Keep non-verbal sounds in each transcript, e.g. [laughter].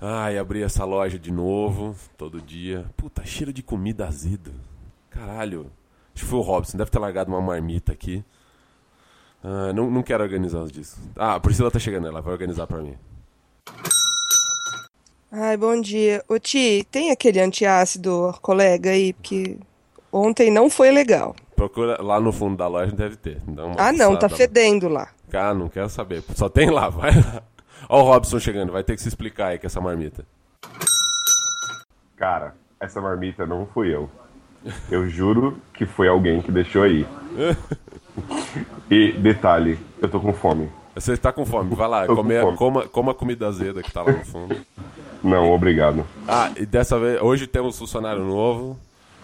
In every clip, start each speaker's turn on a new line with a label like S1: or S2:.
S1: Ai, abri essa loja de novo, todo dia. Puta, cheiro de comida azido. Caralho. Acho que foi o Robson, deve ter largado uma marmita aqui. Ah, não, não quero organizar os discos. Ah, a Priscila tá chegando, ela vai organizar pra mim.
S2: Ai, bom dia. Ô, Ti, tem aquele antiácido colega aí? Porque ontem não foi legal.
S1: Procura lá no fundo da loja, deve ter. Dá uma
S2: Ah, não, tá
S1: fuçada lá.
S2: fedendo lá.
S1: Ah, não quero saber. Só tem lá, vai lá. Ó o Robson chegando, vai ter que se explicar aí com essa marmita.
S3: Cara, essa marmita não fui eu. Eu juro que foi alguém que deixou aí. E detalhe, eu tô com fome.
S1: Você tá com fome, vai lá,
S3: Tô com
S1: come,
S3: fome.
S1: coma, coma a comida azeda que tá lá no fundo.
S3: Não, obrigado.
S1: Ah, e dessa vez, hoje temos um funcionário novo.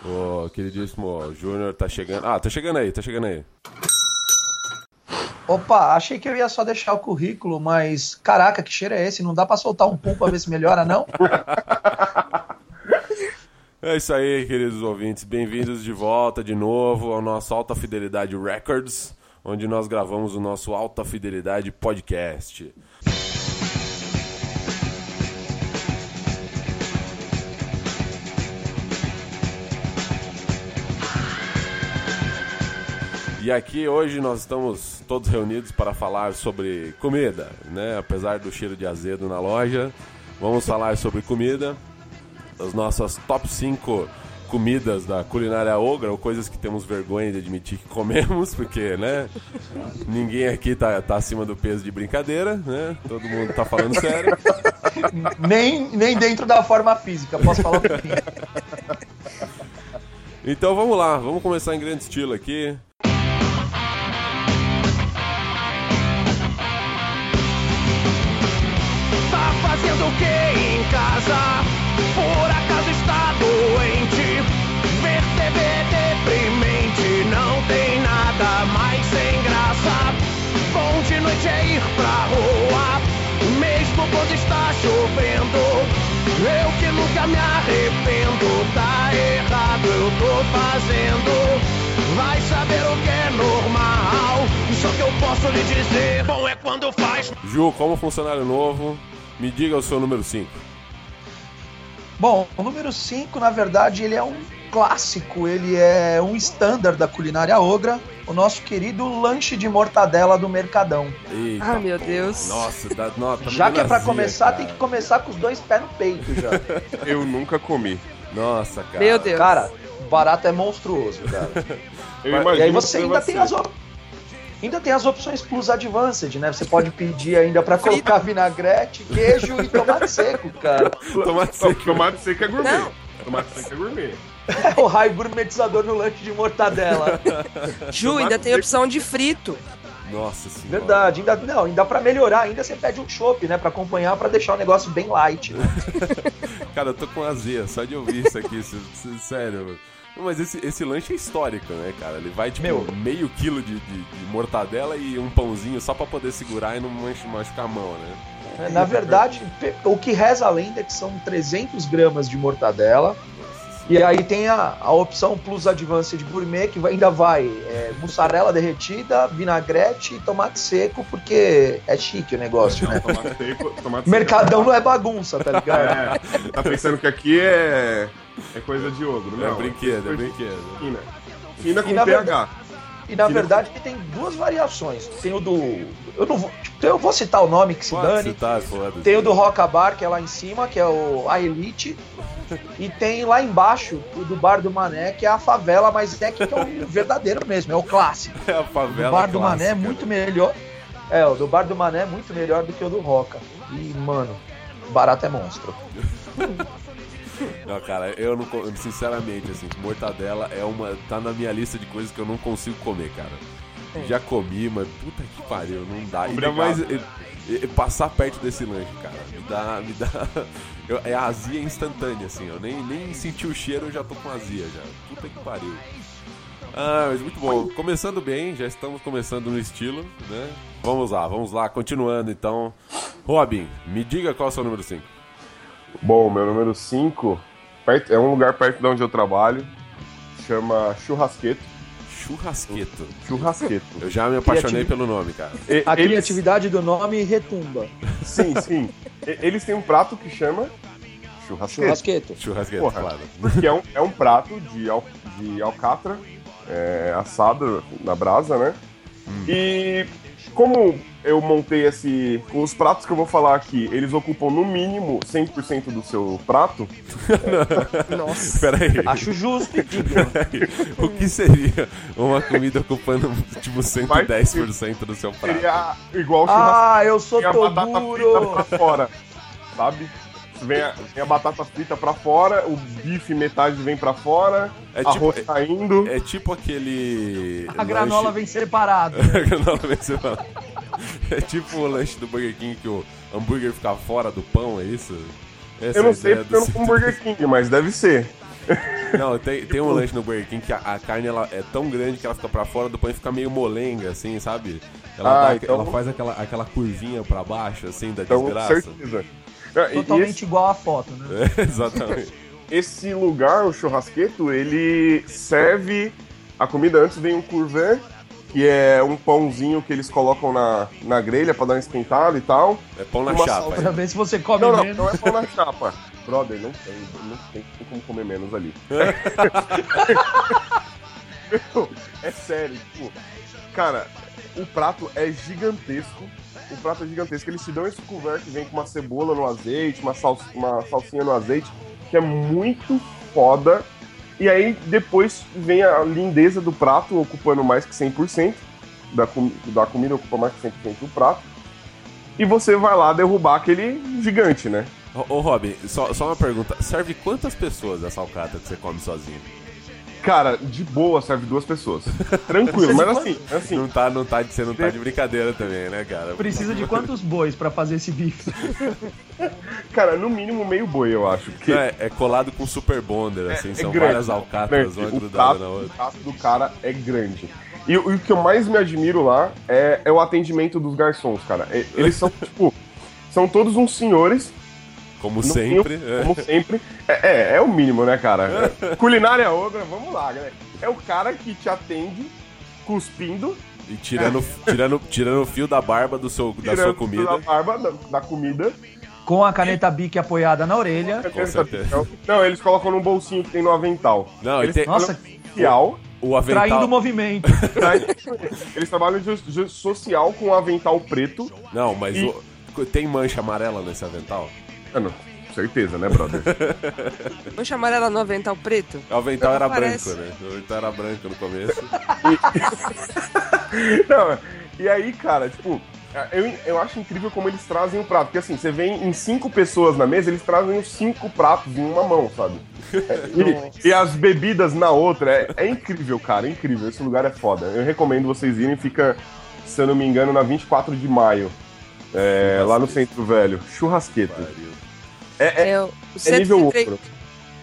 S1: O queridíssimo Júnior tá chegando. Ah, tá chegando aí, tá chegando aí.
S4: Opa, achei que eu ia só deixar o currículo, mas caraca, que cheiro é esse? Não dá pra soltar um pum pra ver se melhora,
S1: [laughs]
S4: não?
S1: É isso aí, queridos ouvintes. Bem-vindos de volta de novo ao nosso Alta Fidelidade Records, onde nós gravamos o nosso Alta Fidelidade Podcast. E aqui hoje nós estamos todos reunidos para falar sobre comida, né? Apesar do cheiro de azedo na loja, vamos falar sobre comida as nossas top 5 comidas da culinária ogra, ou coisas que temos vergonha de admitir que comemos, porque, né? Ninguém aqui tá, tá acima do peso de brincadeira, né? Todo mundo tá falando [laughs] sério.
S4: nem, nem dentro da forma física, posso falar um o que tem.
S1: Então vamos lá, vamos começar em grande estilo aqui.
S5: Tá fazendo o que em casa? Por acaso está doente? Ver TV é deprimente, não tem nada mais sem graça. Bom de noite é ir pra rua, mesmo quando está chovendo. Eu que nunca me arrependo, tá errado, eu tô fazendo. Vai saber o que é normal. Só que eu posso lhe dizer: bom é quando faz
S1: Ju, como funcionário novo, me diga o seu número 5.
S4: Bom, o número 5, na verdade, ele é um clássico, ele é um standard da culinária ogra, o nosso querido lanche de mortadela do Mercadão.
S1: Eita,
S2: Ah, meu
S1: pô.
S2: Deus.
S1: Nossa, dá, não, tá me
S4: Já que é
S1: dando
S4: pra
S1: azia,
S4: começar,
S1: cara.
S4: tem que começar com os dois pés no peito
S1: [laughs]
S4: já.
S3: Eu nunca comi.
S1: Nossa, cara.
S2: Meu Deus.
S4: Cara, o barato é monstruoso, cara.
S3: Eu
S1: Mas-
S3: imagino
S4: E aí você
S3: que
S4: ainda
S3: deva
S4: tem
S3: ser.
S4: as op- ainda tem as opções Plus Advanced, né? Você pode pedir ainda pra colocar vinagrete, queijo e tomate seco, cara.
S1: Tomate
S3: Não,
S1: seco.
S3: Tomate seco é gourmet.
S2: Não.
S3: Tomate seco é gourmet.
S4: É o raio gourmetizador no lanche de mortadela.
S2: [laughs] Ju, ainda tem opção de frito.
S1: Nossa senhora.
S4: Verdade, ainda não, ainda para melhorar, ainda você pede um chopp, né, Pra acompanhar, pra deixar o negócio bem light.
S1: Cara, eu tô com azia só de ouvir isso aqui, [laughs] s- s- sério. Não, Mas esse, esse lanche é histórico, né, cara? Ele vai, tipo,
S4: Meu.
S1: meio quilo de, de- de mortadela e um pãozinho só pra poder segurar e não manch- machucar a mão, né?
S4: Na verdade, pe- o que reza a lenda é que são 300 gramas de mortadela. E aí tem a, a opção Plus Advanced Gourmet, que vai- ainda vai é, mussarela derretida, vinagrete e tomate seco, porque é chique
S3: [laughs]
S4: o negócio, né?
S3: Tomate seco. Tomate
S4: Mercadão não é bagunça, tá ligado?
S3: seco. É, tá pensando que aqui é. É coisa de ogro,
S1: É
S3: não.
S1: brinquedo, é
S3: coisa de
S1: brinquedo.
S3: Quina. Quina com
S4: E na
S3: PH.
S4: verdade- E na verdade ele tem duas variações. Tem o do. Eu não vou. tipo, eu vou citar o nome que se
S1: Pode
S4: dane.
S1: citar, foda
S4: Tem o do Roca Bar, que é lá em cima, que é o, a Elite. E tem lá embaixo o do Bar do Mané, que é a favela, mas é que é o verdadeiro mesmo, é o clássico.
S1: É [laughs] a
S4: O
S1: favela
S4: Bar do
S1: clássica,
S4: Mané
S1: né?
S4: é muito melhor. É, o do Bar do Mané é muito melhor do que o do Roca. E, mano, barato é monstro.
S1: Não, cara, eu não... co- Sinceramente, assim, mortadela é uma... Tá na minha lista de coisas que eu não consigo comer, cara. Já comi, mas puta que pariu, não dá. Ainda
S3: Obrigado.
S1: mais eh, eh, passar perto desse lanche, cara. Me dá. Me dá [laughs] eu- é azia instantânea, assim. Eu nem, nem senti o cheiro, eu já tô com azia já. Puta que pariu. Ah, mas muito bom. Começando bem, já estamos começando no estilo, né? Vamos lá, vamos lá. Continuando então. Robin, me diga qual é o seu número 5.
S3: Bom, meu número 5 é um lugar perto de onde eu trabalho. Chama Churrasqueto.
S1: Churrasqueto.
S3: Churrasqueto.
S4: [laughs]
S1: Eu já me apaixonei
S4: Criativo.
S1: pelo nome, cara.
S3: E-
S4: A
S3: eles-
S4: criatividade do nome retumba.
S3: Sim, sim. E- Eles têm um prato que chama churrasqueiro. [laughs]
S4: Churrasqueto.
S1: Churrasqueiro,
S3: Porra.
S1: claro. [laughs]
S3: Porque é um, é um prato de, al, de alcatra é, assado na brasa, né?
S4: Hum.
S3: E como eu montei esse. Os pratos que eu vou falar aqui, eles ocupam no mínimo 100% do seu prato.
S4: Nossa.
S1: Peraí.
S4: Acho justo, hein,
S3: [laughs]
S4: Digno?
S1: Peraí. O que seria uma comida ocupando tipo 110% do seu prato?
S3: Seria igual churrasqueiro
S4: Ah, eu sou
S3: e a batata frita
S4: Toguro.
S3: pra fora, sabe? Vem a, vem a batata frita pra fora, o bife metade vem pra fora,
S1: É tipo-
S3: arroz caindo.
S1: É tipo aquele.
S4: A granola
S1: lanche-
S4: vem né?
S1: [laughs]
S4: separada.
S3: [laughs]
S1: A granola vem separada. É tipo o lanche do Burger King que o hambúrguer fica fora do pão, é isso? Essa
S3: eu
S1: é
S3: não
S1: a
S3: sei
S1: ideia
S3: porque eu não
S1: do-
S3: como Burger King, mas deve ser.
S1: Não, tem, tem um
S3: Tipo,
S1: lanche no Burger King que a, a carne ela é tão grande que ela fica pra fora do pão e fica meio molenga, assim, sabe? Ela,
S3: Ah,
S1: dá-
S3: então-
S1: ela faz aquela, aquela curvinha pra baixo, assim, da
S3: Então,
S1: desgraça. né?
S3: certeza. É, e- e
S4: Totalmente igual à foto, né?
S1: É, [laughs] exatamente.
S3: esse, esse lugar, o churrasqueto, ele serve a comida. Antes vem um courvin, que é um pãozinho que eles colocam na, na grelha pra dar uma esquentada e tal.
S1: É pão na
S3: Uma
S1: chapa.
S4: Pra
S1: né?
S4: ver se você come
S3: Não, não,
S4: menos.
S3: não é pão na chapa. Brother, não tem, não tem como comer menos ali. Meu, é sério, tipo, cara, o prato é gigantesco. O prato é gigantesco. Eles te dão esse couvert que vem com uma cebola no azeite, uma, sal, uma salsinha no azeite, que é muito foda. E aí depois vem a lindeza do prato, ocupando mais que 100%. Da, com- da comida ocupa mais que 100% do prato. E você vai lá derrubar aquele gigante, né?
S1: Ô, ô, Robin, só, só uma pergunta. Serve quantas pessoas essa alcatra que você come sozinho?
S3: Cara, de boa serve duas pessoas.
S1: [laughs]
S3: Tranquilo, mas assim, assim.
S1: Não tá, não tá, de- você não tá de brincadeira também, né, cara?
S4: Precisa de quantos bois pra fazer esse bife?
S3: Cara, no mínimo meio boi, eu acho. Porque
S1: [laughs] Não, é, é colado com super bonder, assim,
S3: é
S1: são
S3: grande,
S1: várias alcatras,
S3: grande.
S1: uma
S3: o
S1: grudada na
S3: prato, o
S1: outra.
S3: prato do cara é grande. E, o- e o que eu mais me admiro lá é, é o atendimento dos garçons, cara. E-
S1: [laughs]
S3: Eles são, tipo, são todos uns senhores.
S1: Como
S3: no
S1: sempre.
S3: mínimo,
S1: é.
S3: Como sempre. É, é, é o mínimo,
S1: [laughs]
S3: né, cara? Culinária ogra, vamos lá, galera. É o cara que te atende cuspindo
S1: E tirando, tirando, tirando o fio da barba do seu, da sua
S3: tirando da
S1: comida.
S3: barba, da, da comida.
S4: Com a caneta bique apoiada na orelha.
S1: Com certeza.
S3: Não, eles colocam num bolsinho que tem no avental.
S1: Não, e
S3: eles
S1: tem
S4: Nossa,
S3: social.
S1: o
S4: traindo o
S1: avental.
S4: movimento.
S3: tá? eles trabalham de, de social com um avental preto.
S1: Não, mas
S3: E-
S1: o- tem mancha amarela nesse avental?
S3: Mano, certeza, né, brother?
S2: Vou chamar ela no avental preto?
S1: O avental era
S2: Parece.
S1: branco, né? O avental era branco no começo.
S3: Não, e aí, cara, tipo, eu, eu acho incrível como eles trazem o prato. Porque assim, você vem em cinco pessoas na mesa, eles trazem os cinco pratos em uma mão, sabe? É, E, e as bebidas na outra. É, é incrível, cara, é incrível. Esse lugar é foda. Eu recomendo vocês irem, fica, se eu não me engano, na 24 de maio. É, lá no Centro Velho. Churrasqueto.
S1: Pariu.
S3: É, é,
S2: É, o,
S3: é
S2: centro
S3: nível
S2: de tre-
S3: outro.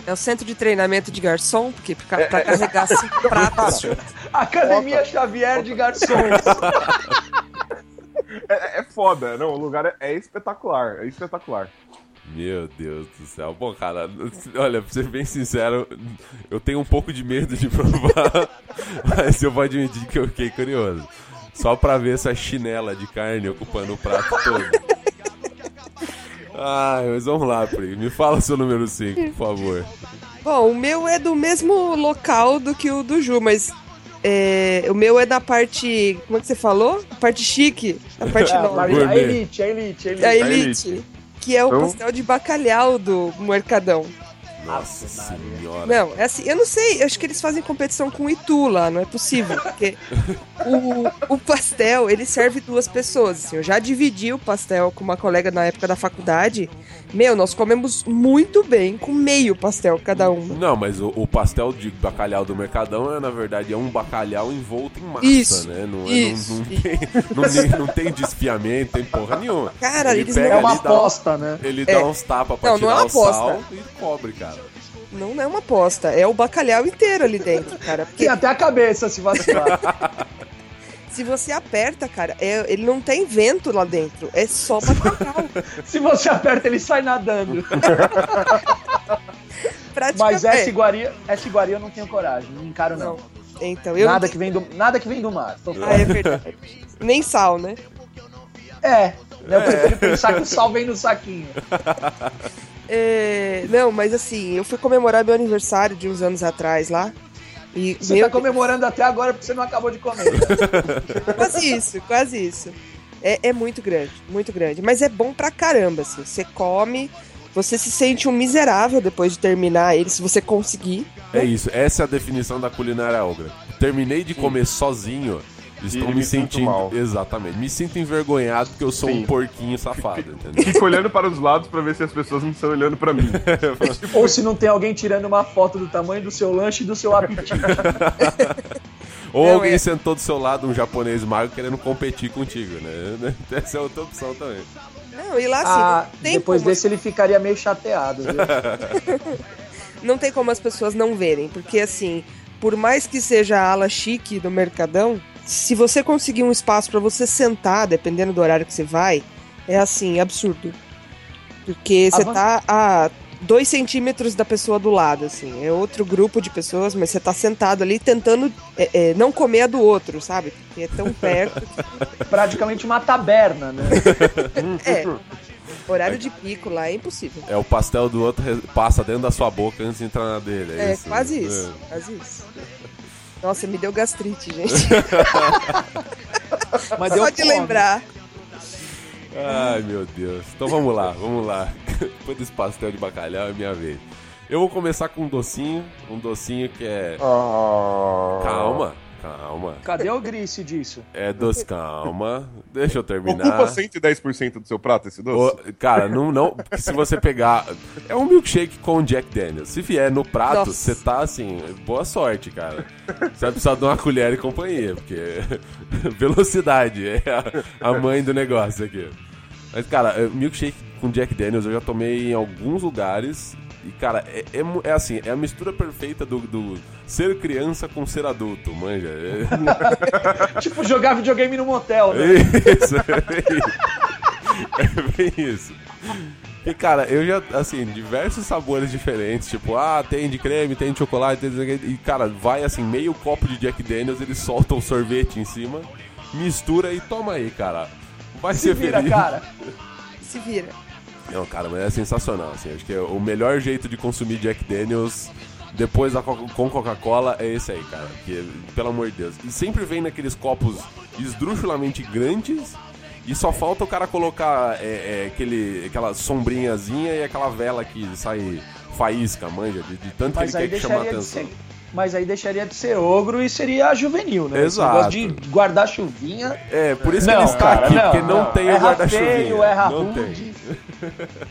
S2: é o centro de treinamento de garçom, porque pra,
S3: É,
S2: pra carregar
S3: [laughs]
S2: cinco pratos.
S4: Academia Xavier de Garçons.
S3: É, é foda. Não, o lugar é, é espetacular. É espetacular.
S1: Meu Deus do céu. Bom, cara, olha, pra ser bem sincero, eu tenho um pouco de medo de [laughs] provar, mas eu vou admitir que eu fiquei curioso. Só pra ver essa chinela de carne ocupando o prato todo. Ai, mas vamos lá, Pri. Me fala seu número 5, por favor.
S2: Bom, o meu é do mesmo local do que o do Ju, mas é, o meu é da parte. Como é que você falou? Parte chique.
S3: [laughs]
S2: A parte
S4: É,
S2: nova.
S4: Maria, a
S1: Gourmet.
S4: elite, a elite, a elite.
S2: Da
S3: Ah, elite.
S2: É elite. Que é o
S3: Então-
S2: pastel de bacalhau do Mercadão.
S1: Nossa senhora.
S2: Não, é assim, eu não sei, eu acho que eles fazem competição com o Itu lá, não é possível, porque o, o pastel, ele serve duas pessoas, assim, eu já dividi o pastel com uma colega na época da faculdade, meu, nós comemos muito bem, com meio pastel cada um.
S1: Não, mas o, o pastel de bacalhau do Mercadão, é, na verdade, é um bacalhau envolto em massa,
S2: Isso,
S1: né? Não, é-
S2: isso,
S1: não, não tem, não, tem, não tem desfiamento, tem porra nenhuma.
S2: Cara, eles
S1: pega
S4: É uma
S1: ali, dá-
S4: aposta, né?
S1: Ele
S2: É.
S1: dá uns tapas pra
S2: Não, não
S1: tirar
S2: é uma
S1: o sal
S2: aposta.
S1: e cobre, cara.
S2: Não é uma aposta, é o bacalhau inteiro ali dentro, cara, porque
S4: Tem [laughs] até a cabeça se [laughs] vacilar.
S2: se você aperta, cara, é- ele não tem vento lá dentro, é só bacalhau,
S4: se você aperta, ele sai nadando.
S2: praticamente.
S4: Mas essa iguaria, essa iguaria eu não tenho coragem. Não encaro, não.
S2: Não, então, eu...
S4: Nada,
S2: não- é
S4: que vem do, nada que vem do mar. Tô
S2: Ah, é verdade. Nem sal, né?
S4: É, Né? Eu prefiro pensar que o sal vem no saquinho.
S2: É, não, mas assim, eu fui comemorar meu aniversário de uns anos atrás lá. E
S4: Você
S2: meu
S4: tá comemorando até agora porque você não acabou de comer.
S2: Quase isso, quase isso. É, é muito grande, muito grande. Mas é bom pra caramba, assim. Você come, você se sente um miserável depois de terminar ele, se você conseguir.
S1: É isso, essa é a definição da culinária ogra. Terminei de comer sozinho,
S3: E
S1: estou
S3: me
S1: me
S3: sinto
S1: sentindo.
S3: mal.
S1: Exatamente. Me sinto envergonhado porque eu sou
S3: Sim.
S1: um porquinho safado,
S2: [laughs]
S1: entendeu?
S3: Fico olhando para os lados pra ver se as pessoas não estão olhando pra mim. Tipo,
S4: Ou se não tem alguém tirando uma foto do tamanho do seu lanche e do seu apetite.
S2: Assim,
S1: Ou
S2: Não,
S1: alguém
S2: é-
S1: sentou do seu lado, um japonês magro, querendo competir contigo, né? [laughs] Essa é outra opção também.
S2: Não, e lá assim,
S4: Ah,
S2: não, tem
S4: depois
S2: como,
S4: desse ele ficaria meio chateado, viu?
S2: não tem como as pessoas não verem, porque assim, por mais que seja a ala chique do Mercadão, se você conseguir um espaço pra você sentar, dependendo do horário que você vai, é assim, absurdo. Porque você
S4: Avan-
S2: tá a dois centímetros da pessoa do lado, assim. É outro grupo de pessoas, mas você tá sentado ali tentando é, é, não comer a do outro, sabe? Porque é tão perto.
S4: Praticamente uma taberna, né?
S2: é.
S3: hum,
S2: Horário de pico lá é impossível.
S1: É o pastel do outro re- passa dentro da sua boca antes de entrar na dele. É,
S2: É,
S1: isso,
S2: quase
S1: né?
S2: isso, quase isso. Nossa, me deu [laughs] gastrite, gente.
S4: Mas
S2: Só
S4: eu
S2: de
S4: como.
S2: lembrar.
S1: É. Ai, meu Deus. Então vamos lá, vamos lá. [laughs] Depois desse pastel de bacalhau é minha vez. Eu vou começar com um docinho, um docinho que é.
S3: Ah.
S1: Calma, calma.
S4: Cadê o grice disso?
S1: É
S2: [laughs]
S1: doce, calma. Deixa eu terminar.
S3: Ocupa 110% do seu prato esse doce?
S1: Ô, cara, não, não. Se você pegar. É um milkshake com Jack Daniels. Se vier no prato,
S2: Nossa.
S1: você tá assim. Boa sorte, cara. Você vai precisar de uma colher e companhia, porque. [laughs] Velocidade é a, a mãe do negócio aqui. Mas, cara, é, milkshake com Jack Daniels eu já tomei em alguns lugares. E, cara, é, é mu- é assim, é a mistura perfeita do, do ser criança com ser adulto, manja. É-
S4: Tipo, jogar videogame no motel, né?
S1: Isso, é bem isso. É bem isso. E, cara, eu já, assim, diversos sabores diferentes, tipo, ah, tem de creme, tem de chocolate, tem de... E, cara, vai, assim, meio copo de Jack Daniels, eles soltam o sorvete em cima, mistura e toma aí, cara. Vai
S4: Se
S1: ser
S4: vira,
S1: feliz.
S4: cara.
S2: Se vira.
S1: Não, cara, mas é sensacional, assim, acho que é o melhor jeito de consumir Jack Daniels depois da Coca- com Coca-Cola é esse aí, cara, porque, pelo amor de Deus. E sempre vem naqueles copos esdrúxulamente grandes e só falta o cara colocar é, é, aquele, aquela sombrinhazinha e aquela vela que sai faísca, manja, de, de tanto
S4: Mas
S1: que ele
S4: aí
S1: quer que chamar
S4: deixaria de
S1: atenção.
S4: ser. Mas aí deixaria de ser ogro e seria juvenil, né?
S1: Exato.
S4: Esse negócio de guardar chuvinha.
S1: É, por isso
S4: Não,
S1: que ele está
S4: cara,
S1: aqui,
S4: não,
S1: porque não,
S4: não. É
S1: tem o
S4: Erra feio,
S1: guarda-chuvinha.
S4: erra
S1: Não
S4: rude.
S1: tem.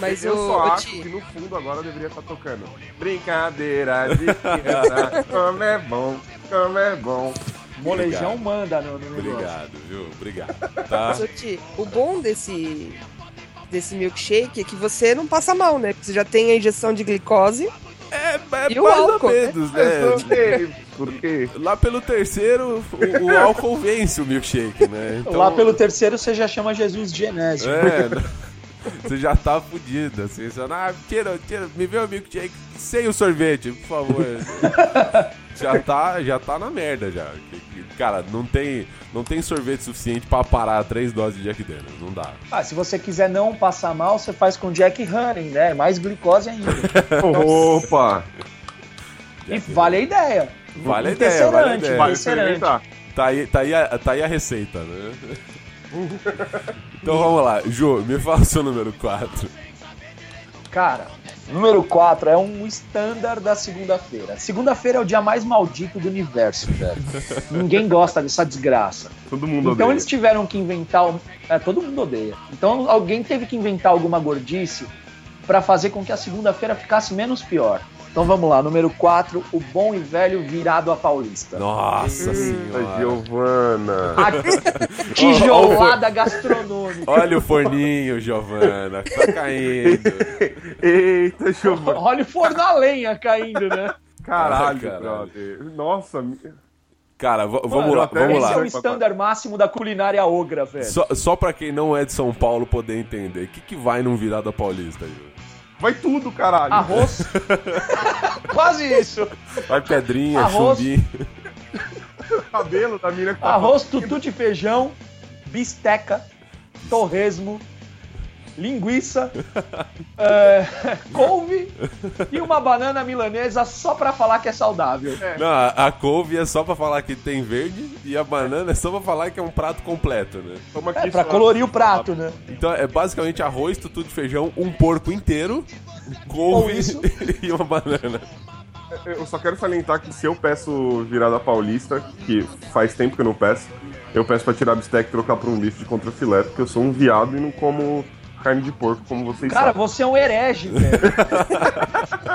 S2: Mas
S3: eu
S2: o,
S3: só
S2: o
S3: acho
S2: Ti,
S3: que no fundo agora deveria estar tocando. Brincadeira [laughs] de criança, como é bom, como é bom.
S4: Molejão manda no, no negócio.
S1: Obrigado, viu? Obrigado. Tá?
S2: mas o Ti, o bom desse desse milkshake é que você não passa mal, né? Porque você já tem a injeção de glicose.
S1: É, é
S2: E o
S1: mais
S2: álcool,
S1: ou
S2: né?
S1: menos, né?
S4: É, um
S3: Por quê? Por quê?
S1: Lá pelo terceiro, o, o álcool vence o milkshake, né? Então,
S4: Lá pelo terceiro você já chama Jesus de Genésio.
S1: É, né? [laughs] você já tá fudido, assim. Você, fala, ah, tira, tira, me vê o milkshake sem o sorvete, por favor. já, tá, já tá na merda, já. Cara, não tem, não tem sorvete suficiente pra parar três doses de Jack Daniels, não dá.
S4: Ah, se você quiser não passar mal, você faz com Jack Honey, né? Mais glicose
S1: [laughs]
S4: ainda.
S3: Opa!
S4: e vale a ideia. Um
S1: Vale a ideia, vale a
S4: Interessante,
S1: ideia.
S3: Vai
S4: interessante.
S3: experimentar.
S1: Tá aí, tá, aí a, tá aí a receita, né? Então vamos lá, Ju, me fala o seu número 4.
S4: Cara, número 4 é um standard da segunda-feira. Segunda-feira é o dia mais maldito do
S1: [laughs]
S4: universo, velho. Ninguém gosta dessa desgraça.
S3: Todo mundo
S4: Então
S3: odeia.
S4: eles tiveram que inventar. um- É, todo mundo odeia. Então alguém teve que inventar alguma gordice pra fazer com que a segunda-feira ficasse menos pior. Então vamos lá, número 4, o bom e velho virado a paulista.
S1: Nossa
S3: Nossa,
S1: senhora.
S3: [laughs] Giovana.
S4: A
S1: [laughs]
S4: tijolada gastronômica.
S1: Olha o forninho, Giovana. Tá caindo.
S3: Eita, Giovana.
S4: Olha o forno a lenha caindo, né?
S3: Caralho,
S1: Caralho.
S3: brother. Nossa, mi-
S1: Cara, v- vamos lá,
S3: até
S1: vamos
S4: Esse é o
S1: lá.
S4: standard máximo da culinária ogra, velho.
S1: Só, só pra quem não é de São Paulo poder entender, o que, que vai num virada paulista, Ju?
S3: vai tudo, caralho.
S4: Arroz. [laughs] Quase isso.
S1: Vai pedrinha,
S4: Arroz.
S1: chumbinho.
S3: O cabelo da mina que tá
S4: Arroz, tutu de feijão, bisteca, torresmo, [laughs] linguiça, é, [laughs] couve e uma banana milanesa só pra falar que é saudável.
S1: Não, a, a couve é só pra falar que tem verde e a banana é só pra falar que é um prato completo, né?
S3: Toma aqui
S4: É, pra
S3: só-
S4: colorir o prato, né?
S1: Então é basicamente arroz, tutu de feijão, um porco inteiro,
S4: Ou
S1: couve
S4: isso.
S1: [laughs] e uma banana.
S3: Eu só quero salientar que se eu peço virada paulista, que faz tempo que eu não peço, eu peço pra tirar a bistec e trocar por um bife de contrafilé, porque eu sou um viado e não como carne de porco, como vocês
S4: Cara,
S3: sabem.
S4: você é um [laughs] herege, velho.
S3: Ah,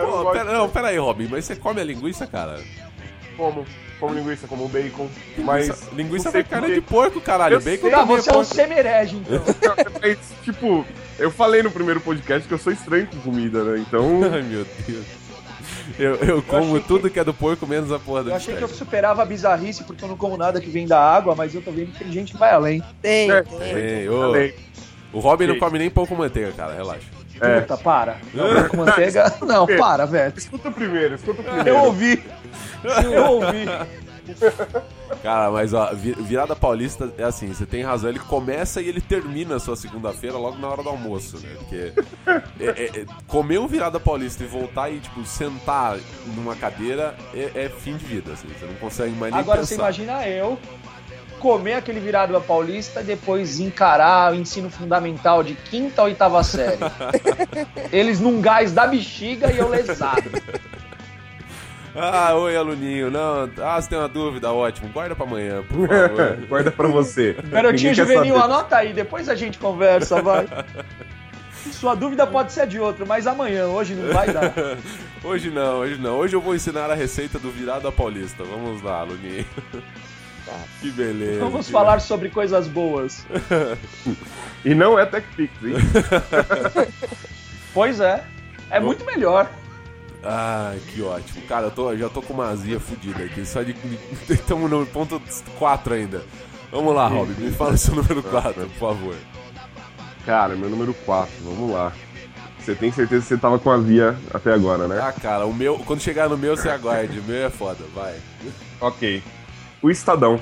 S3: eu não
S1: Pô,
S3: gosto
S1: pera, não, pera aí, Robin, mas você come a linguiça, cara?
S3: de como, como linguiça, como bacon, mas...
S1: Essa- linguiça
S3: não sei
S1: é carne
S3: por
S1: de
S3: quê.
S1: porco, caralho.
S3: Eu
S1: Bacon
S3: sei,
S4: Tá,
S1: também
S4: você é um
S1: porco.
S4: semi-herege, então.
S3: [laughs] Mas, tipo, eu falei no primeiro podcast que eu sou estranho com comida,
S1: [laughs]
S3: né? Então,
S1: Ai, meu Deus. Eu, eu como tudo que é do porco, menos a porra
S4: Eu
S1: da
S4: achei que eu
S1: bistec.
S4: superava a bizarrice porque eu não como nada que vem da água, mas eu tô vendo que tem gente que vai além.
S2: Tem,
S3: É.
S2: tem.
S1: Ei, ô,
S3: falei,
S1: o Robin não
S3: Ei.
S1: come nem pão com manteiga, cara, relaxa.
S3: É.
S4: Puta, para. Não, com manteiga. Não, para, velho.
S3: escuta primeiro, escuta primeiro.
S4: Eu ouvi. Eu ouvi.
S1: Cara, mas ó, vi- virada paulista é assim, você tem razão, ele começa e ele termina a sua segunda-feira logo na hora do almoço, né?
S4: [laughs]
S1: Porque é- é- é- comer um virada paulista e voltar e, tipo, sentar numa cadeira é, é fim de vida, assim, você não consegue mais nem
S4: Agora você
S1: pensar.
S4: imagina eu comer aquele virado da Paulista e depois encarar o ensino fundamental de quinta a oitava
S3: [laughs]
S4: série. Eles num gás da bexiga e eu lesado.
S1: Ah, oi, aluninho, não, ah, você tem uma dúvida, ótimo, guarda pra amanhã, por
S4: [laughs]
S1: favor.
S3: [laughs] Guarda pra você.
S4: Garotinho
S3: Ninguém quer
S4: juvenil,
S3: saber.
S4: anota aí, depois a gente conversa, vai. Sua dúvida pode ser de outro, mas amanhã, hoje não vai dar.
S1: Hoje não, hoje não. Hoje eu vou ensinar a receita do virada paulista. Vamos lá, aluninho. [laughs] Que beleza.
S4: Tá. Vamos
S1: que
S4: falar sobre coisas boas.
S3: E não é TechPix, hein?
S4: Pois é. É muito melhor.
S1: Ai, que ótimo. Cara, eu tô- já tô com uma azia fodida aqui. Só de. [laughs] Estamos no ponto 4 ainda. Vamos lá, Rob, me fala seu número 4, por favor.
S3: Cara, meu número 4, vamos lá. Você tem certeza que você tava com a Via até agora, né?
S1: Ah, cara, o meu. Quando chegar no meu, você aguarde. O meu é foda, vai. Ah,
S3: Ok. O Estadão,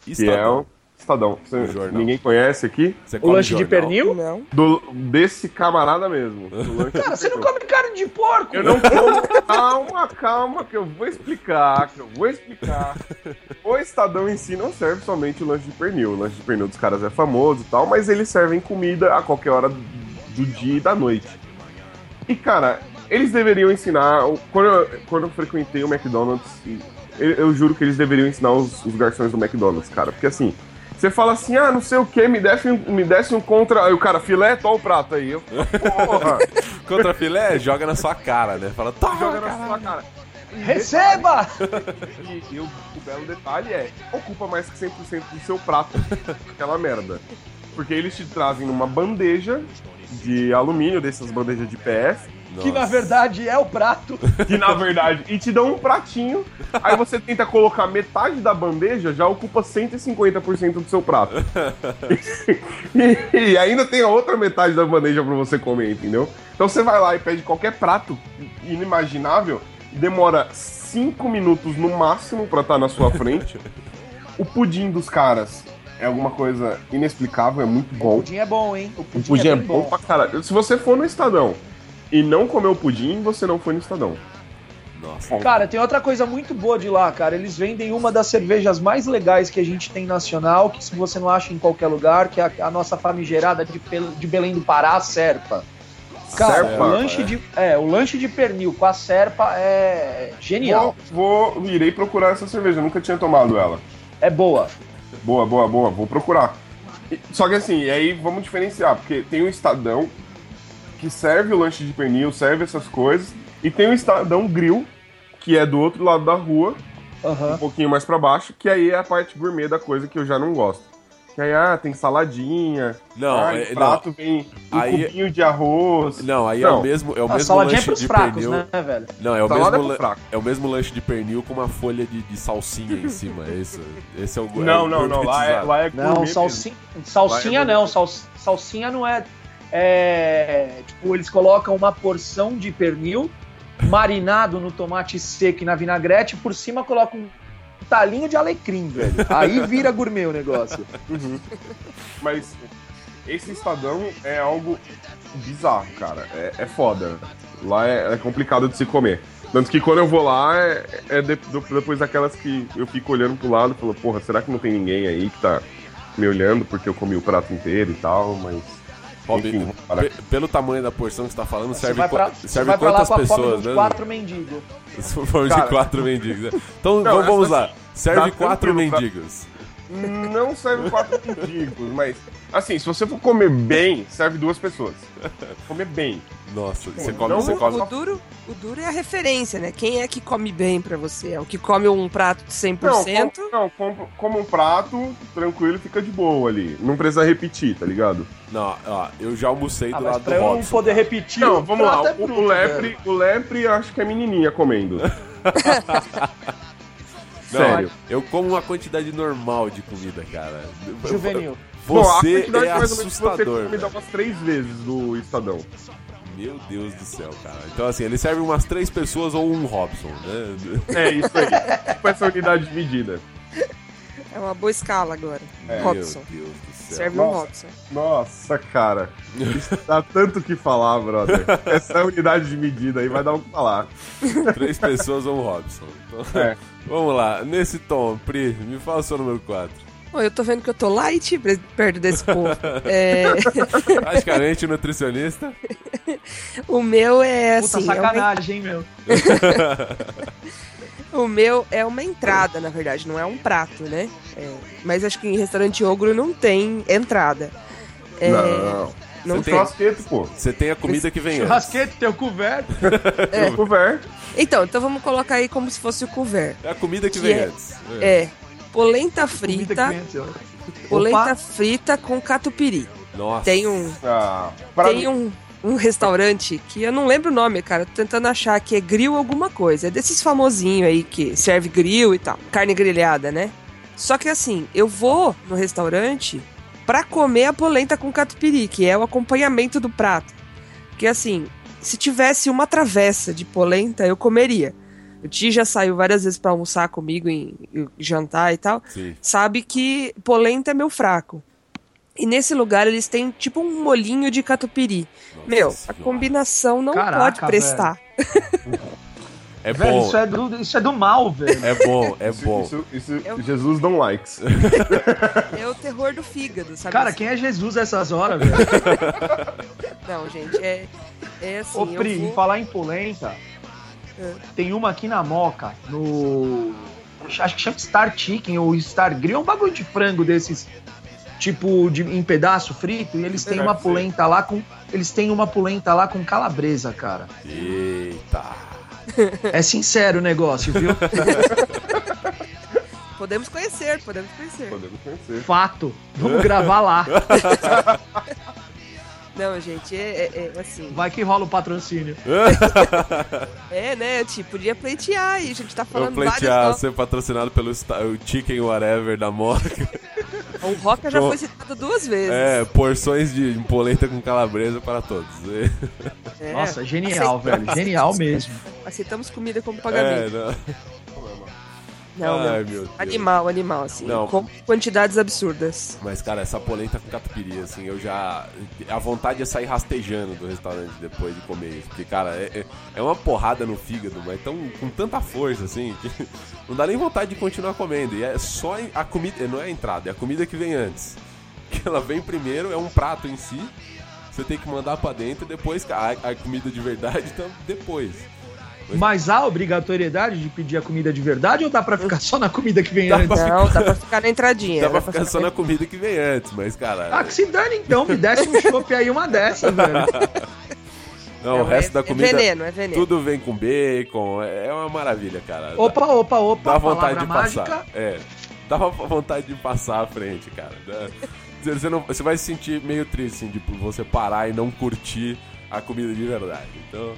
S3: que é
S1: Estadão.
S3: o Estadão. Você-
S1: O jornal.
S3: ninguém conhece aqui.
S1: Você
S4: O
S1: come
S4: lanche de
S1: jornal?
S4: pernil?
S2: Não.
S3: Do, desse camarada mesmo. Do
S1: [laughs]
S3: lanche
S4: Cara,
S3: do
S4: você não
S3: pernil.
S4: come carne de porco.
S3: Eu não como. Calma, calma, que eu vou explicar, que eu vou explicar. O Estadão em si não serve somente o lanche de pernil. O lanche de pernil dos caras é famoso e tal, mas eles servem comida a qualquer hora do dia e da noite. E, cara, eles deveriam ensinar. Quando eu, quando eu frequentei o McDonald's, eu, eu juro que eles deveriam ensinar os, os garçons do McDonald's, cara. Porque assim. Você fala assim, ah, não sei o que, me desce um, me desce um contra. Aí o cara, filé, toma o prato aí. Eu, porra,
S1: Contra filé, joga na sua cara, né? Fala, toma,
S3: joga
S1: cara.
S3: na sua assim, cara.
S4: Receba!
S3: E, e o, o belo detalhe é, ocupa mais que 100% do seu prato, aquela merda. Porque eles te trazem numa bandeja de alumínio, dessas bandejas de PF,
S4: Que na verdade é o prato.
S3: que na verdade, e te dão um pratinho, aí você tenta colocar metade da bandeja, já ocupa 150% do seu [laughs] prato. E, e ainda tem a outra metade da bandeja pra você comer, entendeu? Então você vai lá e pede qualquer prato inimaginável, demora 5 minutos no máximo pra estar na sua [laughs] frente. o pudim dos caras é alguma coisa inexplicável, é muito
S4: O
S3: bom.
S4: pudim é bom, hein? O
S3: O
S4: pudim,
S3: pudim é
S4: bem
S3: bom pra caralho. Se você for no Estadão e não comer o pudim, você não foi no Estadão.
S1: Nossa.
S4: Cara, tem outra coisa muito boa de lá, cara. Eles vendem uma das cervejas mais legais que a gente tem nacional, que se você não acha em qualquer lugar, que é a, a nossa famigerada de, Pel- de Belém do Pará, a Serpa. Cara,
S3: Serpa,
S4: o, lanche
S1: é.
S4: de, é, o lanche de pernil com a Serpa é genial.
S3: Vou, vou, irei procurar essa cerveja, eu nunca tinha tomado ela.
S4: É boa.
S3: Boa, boa, boa, vou procurar. E- Só que assim, e aí vamos diferenciar, porque tem o Estadão que serve o lanche de pernil, serve essas coisas, e tem o Estadão Grill, que é do outro lado da rua, um
S4: Aham.
S3: pouquinho mais pra baixo, que aí é a parte gourmet da coisa que eu já não gosto. Que aí, ah, tem saladinha,
S1: Não,
S3: ah,
S1: é-
S3: o prato vem um
S1: Aí-
S3: cubinho de arroz.
S1: Não, aí é
S3: Não.
S1: o mesmo, é o
S4: A
S1: mesmo
S4: saladinha é
S1: lanche
S4: pros
S1: de
S4: fracos,
S1: pernil.
S4: né, velho?
S1: Não, é o,
S3: Salada
S1: mesmo
S3: é pro
S1: lan-
S3: fraco.
S1: é o mesmo lanche de pernil com uma folha de, de salsinha em cima. Esse, esse é o é
S3: Não,
S1: o
S3: não, não, lá é,
S1: gourmetizado.
S3: lá é gourmet
S4: Não,
S3: mesmo.
S4: salsinha, salsinha
S3: Vai,
S1: é
S4: não, sal- salsinha não é, é, Tipo, eles colocam uma porção de pernil marinado no tomate seco e na vinagrete, por cima colocam um talinho de alecrim, velho.
S1: [laughs]
S4: Aí vira gourmet o negócio.
S3: Mas esse Estadão é algo bizarro, cara. É, é foda. Lá é, é complicado de se comer. Tanto que quando eu vou lá, é, é de- do- depois daquelas que eu fico olhando pro lado e falo, porra, será que não tem ninguém aí que tá me olhando porque eu comi o prato inteiro e tal, mas.
S1: Rob,
S3: Enfim, cara.
S1: pe- pelo tamanho da porção que você tá falando,
S4: é Você
S1: serve,
S4: vai pra,
S1: qua-
S4: você
S1: serve
S4: vai pra lá
S1: quantas
S4: com a fome
S1: pessoas,
S4: dos
S1: né? [laughs]
S4: quatro mendigos.
S1: Se for de
S3: Cara.
S1: quatro mendigos. né? Então
S3: Não,
S1: vamos- vamos
S3: essa-
S1: lá. Serve
S3: dá
S1: quatro
S3: tranquilo pra-
S1: mendigos.
S3: Não serve quatro mendigos, [laughs] mas. Assim, se você for comer bem, serve duas pessoas. Comer bem.
S1: Nossa, você
S4: Então
S3: Não,
S1: come, você
S3: não-
S1: come.
S2: O duro, o duro é a referência, né? Quem é que come bem pra você? É o que come um prato de 100%?
S3: com- não compro- como um prato, tranquilo, fica de boa ali. Não precisa repetir, tá ligado?
S1: Não, ó, eu já almocei
S4: Ah,
S1: do
S4: mas
S1: lado do
S4: pra eu não
S1: Robson.
S4: poder repetir.
S3: Não,
S4: o
S3: vamos
S4: prato
S3: lá.
S4: é
S3: o,
S4: bruto,
S3: o
S4: velho.
S3: lepre, o lepre, acho que é menininha
S1: [laughs]
S3: comendo.
S1: Não,
S3: Sério.
S1: Eu como uma quantidade normal de comida, cara. Eu-
S4: Juvenil.
S1: Você é
S3: você
S1: assustador.
S3: come
S1: velho.
S3: dá umas três vezes do Estadão.
S1: Meu Deus do céu, cara. Então, assim, ele serve umas três pessoas ou um Robson, né?
S3: É isso aí. [laughs] Com essa unidade de medida.
S2: É uma boa escala agora. Robson.
S1: Meu Deus
S4: É.
S1: do céu.
S2: Serve um
S3: Nossa.
S2: Robson.
S3: Nossa, cara. Isso dá tanto o que falar, brother. Essa unidade de medida aí vai dar o que falar.
S1: [laughs] Três pessoas ou um Robson. Então,
S3: É.
S1: [laughs] Vamos lá. Nesse tom, Pri, me fala o seu número 4.
S2: Ô, eu tô vendo que eu tô light pre- perto desse povo. É, [laughs]
S1: Praticamente nutricionista.
S2: o meu é
S4: Puta
S2: assim. é uma-
S4: sacanagem, hein, meu.
S2: o meu é uma entrada, na verdade, não é um prato, né? É, mas acho que em restaurante ogro não tem entrada. É,
S3: Não.
S2: [laughs] não
S1: Você
S3: Tem
S1: tem.
S3: churrasqueto, pô.
S1: Você tem a comida que vem antes.
S4: Rasquete, teu coberto.
S2: É.
S3: Tem couvert.
S2: Então, então vamos colocar aí como se fosse o couvert.
S1: É a comida que
S2: Que
S1: vem
S2: é-
S1: antes.
S2: É, polenta
S4: Comida
S2: frita, um
S4: quente, ó.
S2: polenta
S4: Opa.
S2: frita com catupiry.
S1: Nossa.
S2: Tem um,
S3: Ah, pra mim-
S2: tem um, um restaurante que eu não lembro o nome, cara. Tô tentando achar que é grill alguma coisa. É desses famosinhos aí que serve grill e tal. Carne grelhada, né? Só que assim, eu vou no restaurante pra comer a polenta com catupiry, que é o acompanhamento do prato. Porque assim, se tivesse uma travessa de polenta, eu comeria. O Ti já saiu várias vezes pra almoçar comigo em, em jantar e tal
S1: Sim.
S2: sabe que polenta é meu fraco. E nesse lugar eles têm tipo um molhinho de catupiry.
S1: Nossa
S2: meu, a
S1: senhora.
S2: combinação não
S4: Caraca,
S2: pode prestar.
S1: É
S4: Velho,
S1: bom.
S4: isso é, do, isso é do mal, velho.
S1: É bom, é
S3: Isso-
S1: bom.
S3: Isso, isso-
S2: Eu-
S3: Jesus não likes.
S4: [laughs]
S2: É o terror do fígado, sabe? assim?
S4: Cara, quem é Jesus essas horas, velho?
S2: Não, gente, é, é assim.
S4: Ô,
S2: eu
S4: Pri,
S2: vou-
S4: em falar em polenta,
S2: É.
S4: tem uma aqui na Moca, no... Acho que chama Star Chicken ou Star Grill, é um bagulho de frango desses, tipo, de, em pedaço frito, e eles têm
S3: Deve
S4: uma
S3: ser.
S4: polenta lá com... Eles têm uma polenta lá com calabresa, cara.
S1: Eita.
S4: É sincero o negócio, viu?
S2: [laughs] Podemos conhecer, podemos conhecer.
S3: Podemos conhecer.
S4: Fato. Vamos gravar lá.
S2: Não, gente, é, é- é assim.
S4: Vai que rola o patrocínio.
S2: É, né? Tipo, podia pleitear aí. A gente tá
S1: Eu
S2: falando
S1: pleitear
S2: vários.
S1: ser patrocinado pelo Sta- o Chicken Whatever da Moca.
S2: nomes. O Roca já
S1: Pro-
S2: foi citado duas vezes.
S1: É, porções de polenta com calabresa para
S2: [laughs]
S1: todos.
S2: É,
S4: Nossa, genial,
S2: Aceita-
S4: velho. Genial mesmo.
S2: Aceitamos comida como
S1: É,
S2: pagamento.
S1: não.
S2: não, não.
S1: Ai, é, meu Deus.
S2: Animal, animal, assim.
S1: Não.
S2: Com quantidades absurdas.
S1: Mas, cara, essa polenta com catupiry, assim, eu já... A vontade é sair rastejando do restaurante depois de comer isso. Porque, cara, é, é- é uma porrada no fígado, mas tão, com tanta força, assim, [laughs] que não dá nem vontade de continuar comendo. E é só a comida... Não é a entrada, é a comida que vem antes. [laughs] Que ela vem primeiro, é um prato em si, você tem que mandar pra dentro, depois a, a comida de verdade, então, depois.
S4: Mas há obrigatoriedade de pedir a comida de verdade ou dá pra ficar só na comida que vem
S1: Dá
S4: antes?
S1: pra-
S2: Não, dá pra ficar na entradinha.
S1: Dá pra
S2: dá
S1: ficar só na
S4: [laughs]
S1: comida que vem antes, mas, cara...
S4: Ah, que se dane então, me desce um chopp aí uma dessa, velho.
S1: Não, o resto
S2: é,
S1: da
S4: um
S1: comida...
S2: É veneno, é veneno.
S1: Tudo vem com bacon, é é uma maravilha, cara.
S4: Opa, opa, opa,
S1: dá vontade
S4: palavra
S1: de passar. É, dá uma vontade de passar à frente, cara. Dá- Você, você não, você vai se sentir meio triste, assim, de você parar e não curtir a comida de verdade. Então.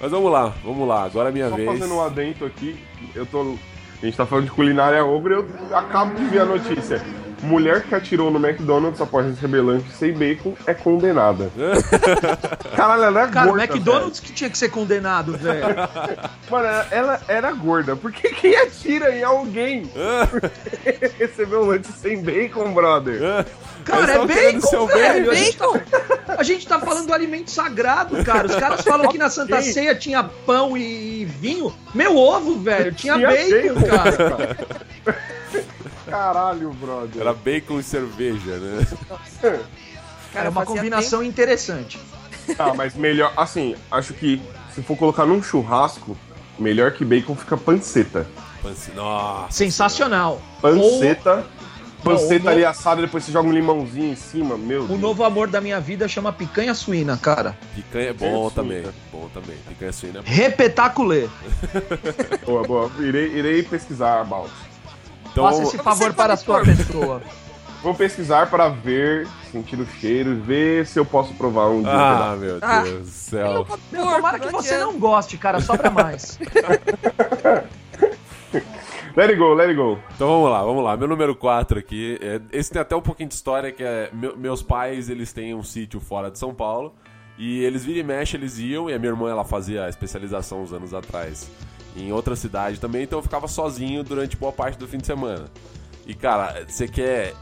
S1: Mas vamos lá, vamos lá, agora é minha
S3: Só
S1: vez.
S3: fazendo um adento aqui, eu tô. A gente tá falando de culinária ogro e eu acabo de ver a notícia. Mulher que atirou no McDonald's após receber lanche sem bacon
S1: [laughs]
S3: é condenada. Caralho, ela era
S4: Cara, o
S3: gorda.
S4: McDonald's que tinha que
S1: [laughs]
S4: ser condenado, velho.
S3: velho. Mano, ela- ela era gorda. Porque quem atira em alguém [laughs] recebeu lanche sem bacon,
S1: [laughs]
S3: brother?
S1: Eles
S4: Cara, é
S1: tão querendo ser
S4: bacon,
S1: o
S4: velho.
S1: bacon.
S4: A gente, tá, a gente tá falando do alimento sagrado, cara. Os caras falam que na Santa
S3: Ok.
S4: Ceia tinha pão e vinho. Meu ovo, velho, tinha
S3: Tinha
S4: bacon,
S3: bacon,
S4: cara.
S3: Caralho,
S1: [laughs]
S3: brother.
S1: Era bacon e cerveja, né?
S4: Cara, é uma
S2: Fazia
S4: combinação interessante.
S3: Tá, mas melhor. Assim, acho que se for colocar num churrasco, melhor que bacon fica panceta.
S1: Panci- Nossa.
S4: Sensacional.
S3: Panceta. Panceta
S4: Não, o
S3: ali
S4: no-
S3: assada, depois você joga um limãozinho em cima, meu
S4: O
S3: Deus.
S4: novo amor da minha vida chama picanha suína, cara.
S1: Picanha é bom
S3: Picanha
S1: também.
S3: suína.
S1: Bom também. Picanha suína é bom.
S4: Repetaculê.
S3: Boa, boa. Irei, irei pesquisar about.
S1: Então,
S4: Faça esse favor para a sua pessoa.
S3: Vou pesquisar para ver, sentir o cheiro, ver se eu posso provar um dia.
S1: Ah, meu Deus
S2: Ah.
S1: do céu.
S4: Meu, tomara que você não goste, cara. Sobra mais.
S3: Let it go, let it go.
S1: Então vamos lá, vamos lá. Meu número 4 aqui. é- esse tem até um pouquinho de história, que é. meu- meus pais, eles têm um sítio fora de São Paulo. E eles viram e mexe, eles iam, e a minha irmã ela fazia a especialização uns anos atrás em outra cidade também, então eu ficava sozinho durante boa parte do fim de semana. E cara, você quer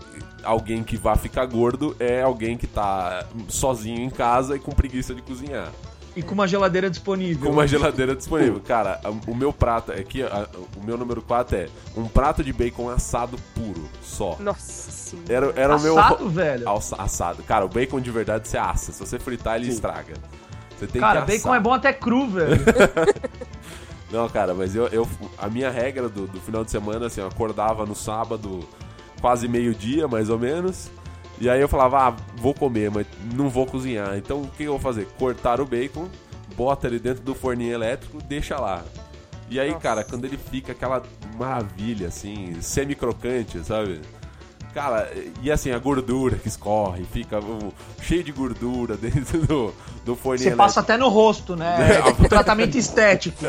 S1: alguém que vá ficar gordo é alguém que tá sozinho em casa e com preguiça de cozinhar.
S4: E com uma geladeira disponível.
S1: Com uma geladeira disponível. Cara, a- o meu prato aqui, a- o meu número 4 é um prato de bacon assado puro, só.
S2: Nossa senhora.
S1: Era, era o meu.
S4: Assado, velho?
S1: Alça- assado. Cara, o bacon de verdade você assa. Se você fritar, ele estraga. Você tem
S4: Cara,
S1: que assar. é
S4: bacon é bom até cru, velho.
S1: Não, cara, mas eu, eu a minha regra do, do final de semana, assim, eu acordava no sábado, quase meio-dia, mais ou menos. E aí eu falava, ah, vou comer, mas não vou cozinhar. Então o que eu vou fazer? Cortar o bacon, bota ele dentro do forninho elétrico, deixa lá. E aí, cara, quando ele fica aquela maravilha, assim, semi-crocante, sabe? Cara, e assim, a gordura que escorre, fica um, cheio de gordura [laughs] dentro do, do forninho
S4: Você
S1: elétrico.
S4: passa até no rosto, né? É um tratamento estético.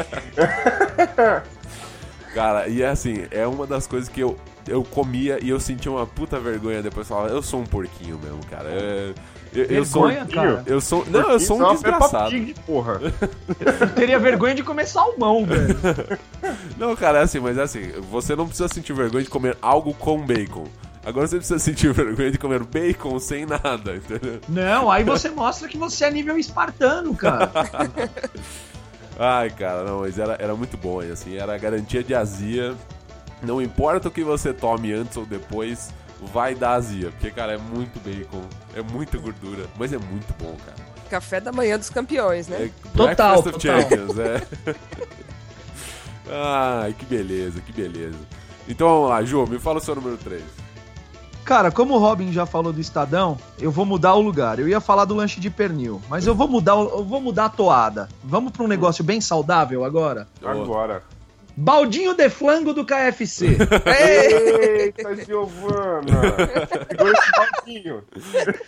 S1: Cara, e é assim, é uma das coisas que eu, eu comia e eu sentia uma puta vergonha depois. Eu falava, eu sou um porquinho mesmo, cara. Eu, eu, eu sou. um,
S4: Vergonha, cara.
S1: Eu sou. Não, eu sou
S3: Isso é
S1: um
S3: uma Peppa
S1: desgraçado.
S3: Pig,
S1: [laughs]
S3: porra.
S4: Eu teria vergonha de comer salmão, velho.
S1: Não, cara, é assim, mas é assim, você não precisa sentir vergonha de comer algo com bacon. Agora você precisa sentir [laughs] vergonha de comer bacon sem nada, entendeu?
S4: Não, aí você mostra que você é nível espartano, cara.
S1: Ai, cara, não, mas era, era muito bom, e assim, era a garantia de azia. Não importa o que você tome antes ou depois, vai dar azia. Porque, cara, é muito bacon, é muita gordura, mas é muito bom, cara.
S2: Café da manhã dos campeões, né?
S1: É
S4: Total,
S1: Breakfast of
S4: total.
S1: Champions, é. [laughs] Ai, que beleza, que beleza. Então vamos lá, Ju, me fala o seu número 3.
S4: Cara, como o Robin já falou do Estadão, eu vou mudar o lugar. Eu ia falar do lanche de pernil, mas eu vou mudar, o- eu vou mudar a toada. Vamos pra um negócio bem saudável agora?
S3: Agora.
S4: Baldinho de flango
S1: [laughs]
S4: do KFC. [laughs]
S3: Eita, Giovana. Segura esse pouquinho.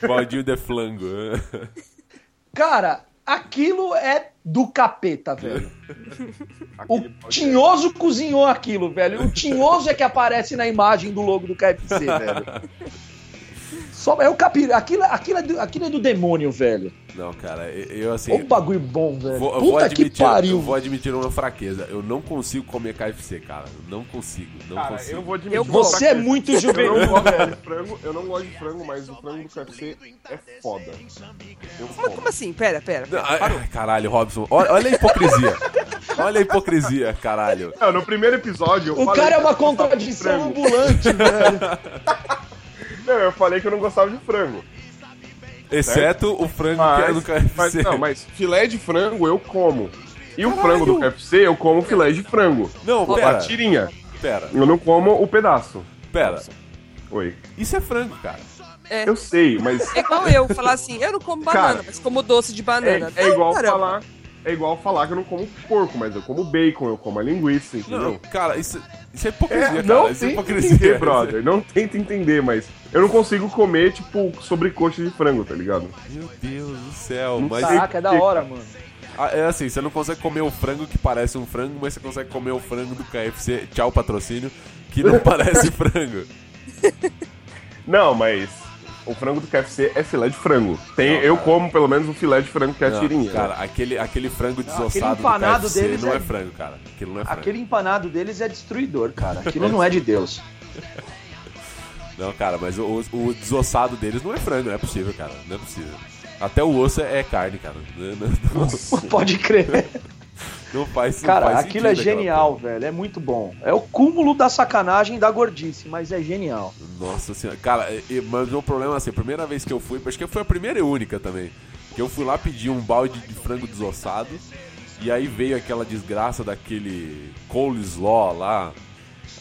S1: Baldinho de flango. [laughs]
S4: Cara, aquilo é do capeta, velho. O Tinhoso cozinhou aquilo, velho. O Tinhoso é que aparece na imagem do logo
S1: [laughs]
S4: do KFC, velho. Só é o capi... aquilo, aquilo, é do, aquilo é do demônio, velho.
S1: Não, cara, eu assim.
S4: Ô bagulho bom, velho.
S1: Vou, eu vou
S4: Puta que
S1: admitir,
S4: pariu.
S1: eu vou admitir uma fraqueza. Eu não consigo comer KFC, cara. Eu Não consigo, não
S3: Cara,
S1: consigo.
S3: eu vou admitir.
S2: Eu
S3: uma
S2: vou-
S4: Você é
S3: coisa.
S4: muito
S3: Eu não
S4: juvenil,
S3: gosto
S4: velho.
S3: de frango, eu não gosto de frango, mas o frango do KFC é foda. Eu
S1: é
S2: Mas
S3: como.
S2: como assim? Pera, pera.
S1: Não, ai, ai, caralho, Robson, olha, olha a hipocrisia. [laughs] olha a hipocrisia, caralho.
S3: Não, no primeiro episódio eu
S4: O
S3: falei
S4: cara é
S3: que eu não
S4: uma
S3: gostava de
S4: contradição
S3: frango.
S4: ambulante, velho.
S3: Não, eu falei que eu não gostava de frango.
S1: Exceto o frango que é do KFC.
S3: mas não, mas filé de frango eu como. E o frango do KFC eu como filé de frango.
S1: Não,
S3: Com
S1: pera.
S3: a tirinha.
S1: Pera,
S3: Eu não como o pedaço.
S1: pera.
S3: Oi.
S1: Isso é frango, cara.
S2: É,
S3: Eu sei, mas
S4: [laughs]
S2: é igual eu falar assim, eu não como
S3: Cara,
S2: banana, mas como doce de
S3: é,
S2: banana.
S3: é
S2: Não,
S3: igual
S2: caramba.
S3: falar. É igual falar que eu não como porco, mas eu como bacon, eu como a linguiça,
S1: Não,
S3: entendeu?
S1: cara, isso, isso é
S3: É,
S1: hipocrisia,
S3: não
S1: cara. Isso é
S3: tenta [laughs]
S1: hipocrisia.
S3: entender, brother. Não tenta entender, mas eu não consigo comer, tipo, sobrecoxa de frango, tá ligado?
S1: Meu Deus do céu,
S3: Não tá.
S1: mas
S4: Caraca, é da hora, mano.
S1: Ah, é assim, você não consegue comer o frango que parece um frango, mas você consegue comer o
S3: [laughs]
S1: frango do KFC, tchau patrocínio, que não parece frango.
S3: Não, mas o frango do KFC é filé de frango. Tem, eu como pelo menos o filé de frango que é a
S1: Não,
S3: tirinha.
S1: Cara, aquele, aquele frango
S4: aquele
S1: desossado do
S4: empanado
S1: KFC
S4: deles
S1: não é...
S4: é-
S1: frango, cara. Aquilo não é frango.
S4: Aquele empanado deles é destruidor, cara. Aquilo não é de Deus.
S1: Não, cara, mas o, o desossado deles não é frango, não é possível, cara. Não é possível. Até o osso é carne, cara. Não, não- não-
S4: [laughs] Pode crer.
S1: não faz não
S4: Cara,
S1: faz
S4: aquilo é
S1: sentido aquela
S4: genial, velho. É muito bom. É o cúmulo da sacanagem e da gordice, mas é genial.
S1: Nossa senhora. Cara, e- mas o problema é assim, a primeira vez que eu fui, acho que foi a primeira e única também. Que eu fui lá pedir um balde de frango desossado. E aí veio aquela desgraça daquele coleslaw lá.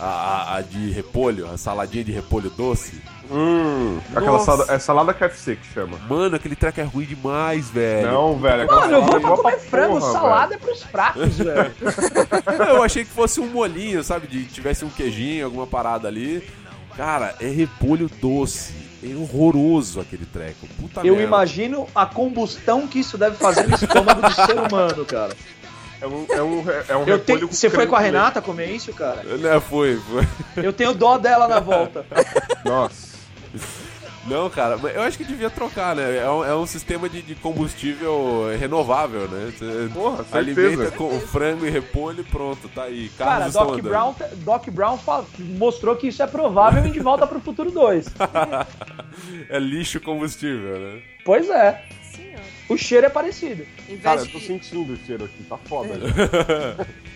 S1: A, a- a de repolho, a saladinha de repolho doce.
S3: Hum, aquela
S1: Nossa.
S3: salada, é salada KFC que chama.
S1: Mano, aquele treco é ruim demais, velho.
S3: Não, velho. aquela
S4: Mano, eu vou
S3: salada é
S4: pra
S3: boa
S4: comer frango,
S3: porra,
S4: salada é pros [laughs] fracos, velho.
S1: Eu achei que fosse um molinho, sabe? De tivesse um queijinho, alguma parada ali. Cara, é repolho doce. É horroroso aquele treco. Puta
S4: Eu
S1: merda.
S4: imagino a combustão que isso deve fazer no estômago do ser humano, [laughs] cara.
S3: velho. É um, é um, re- é um
S4: [laughs] Eu
S3: repolho
S4: tenho- Você foi
S3: creme
S4: com a
S3: de leite.
S4: Renata comer isso, cara?
S1: [laughs] Né, foi, foi.
S4: Eu tenho dó dela na [laughs] volta.
S3: Nossa.
S1: Não, cara, mas eu acho que devia trocar, né? É um, é um sistema de, de combustível renovável, né? Cê
S3: Porra, certeza.
S1: alimenta com frango e repolho e pronto, tá aí.
S4: Cara,
S1: Carros
S4: Doc
S1: estão
S4: Brown, Doc Brown fa- mostrou que isso é provável em De Volta pro Futuro [laughs] 2.
S1: andando. é lixo combustível, né?
S4: Pois é.
S2: Senhora.
S4: O cheiro é parecido.
S2: Em vez,
S3: Cara, eu tô
S2: de,
S3: sentindo o cheiro aqui, tá foda.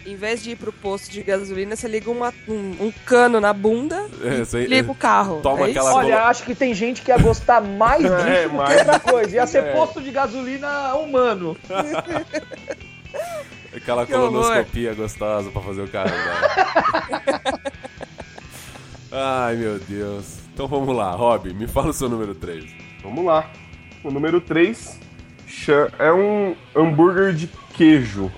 S2: em vez de ir pro posto de gasolina, você liga uma- um, um cano na bunda,
S1: É, isso aí-
S2: liga o carro.
S1: Toma
S2: é
S1: aquela-
S2: isso?
S4: Olha, acho que tem gente que ia gostar mais disso
S3: [laughs] É,
S4: do
S3: mais
S4: que outra coisa. Ia ser
S3: É.
S4: posto de gasolina humano.
S1: Aquela
S2: Que horror.
S1: colonoscopia gostosa pra fazer o carro. Ai, meu Deus. Então vamos lá, Rob, me fala o seu número 3.
S3: Vamos lá. O número 3 é um hambúrguer de queijo.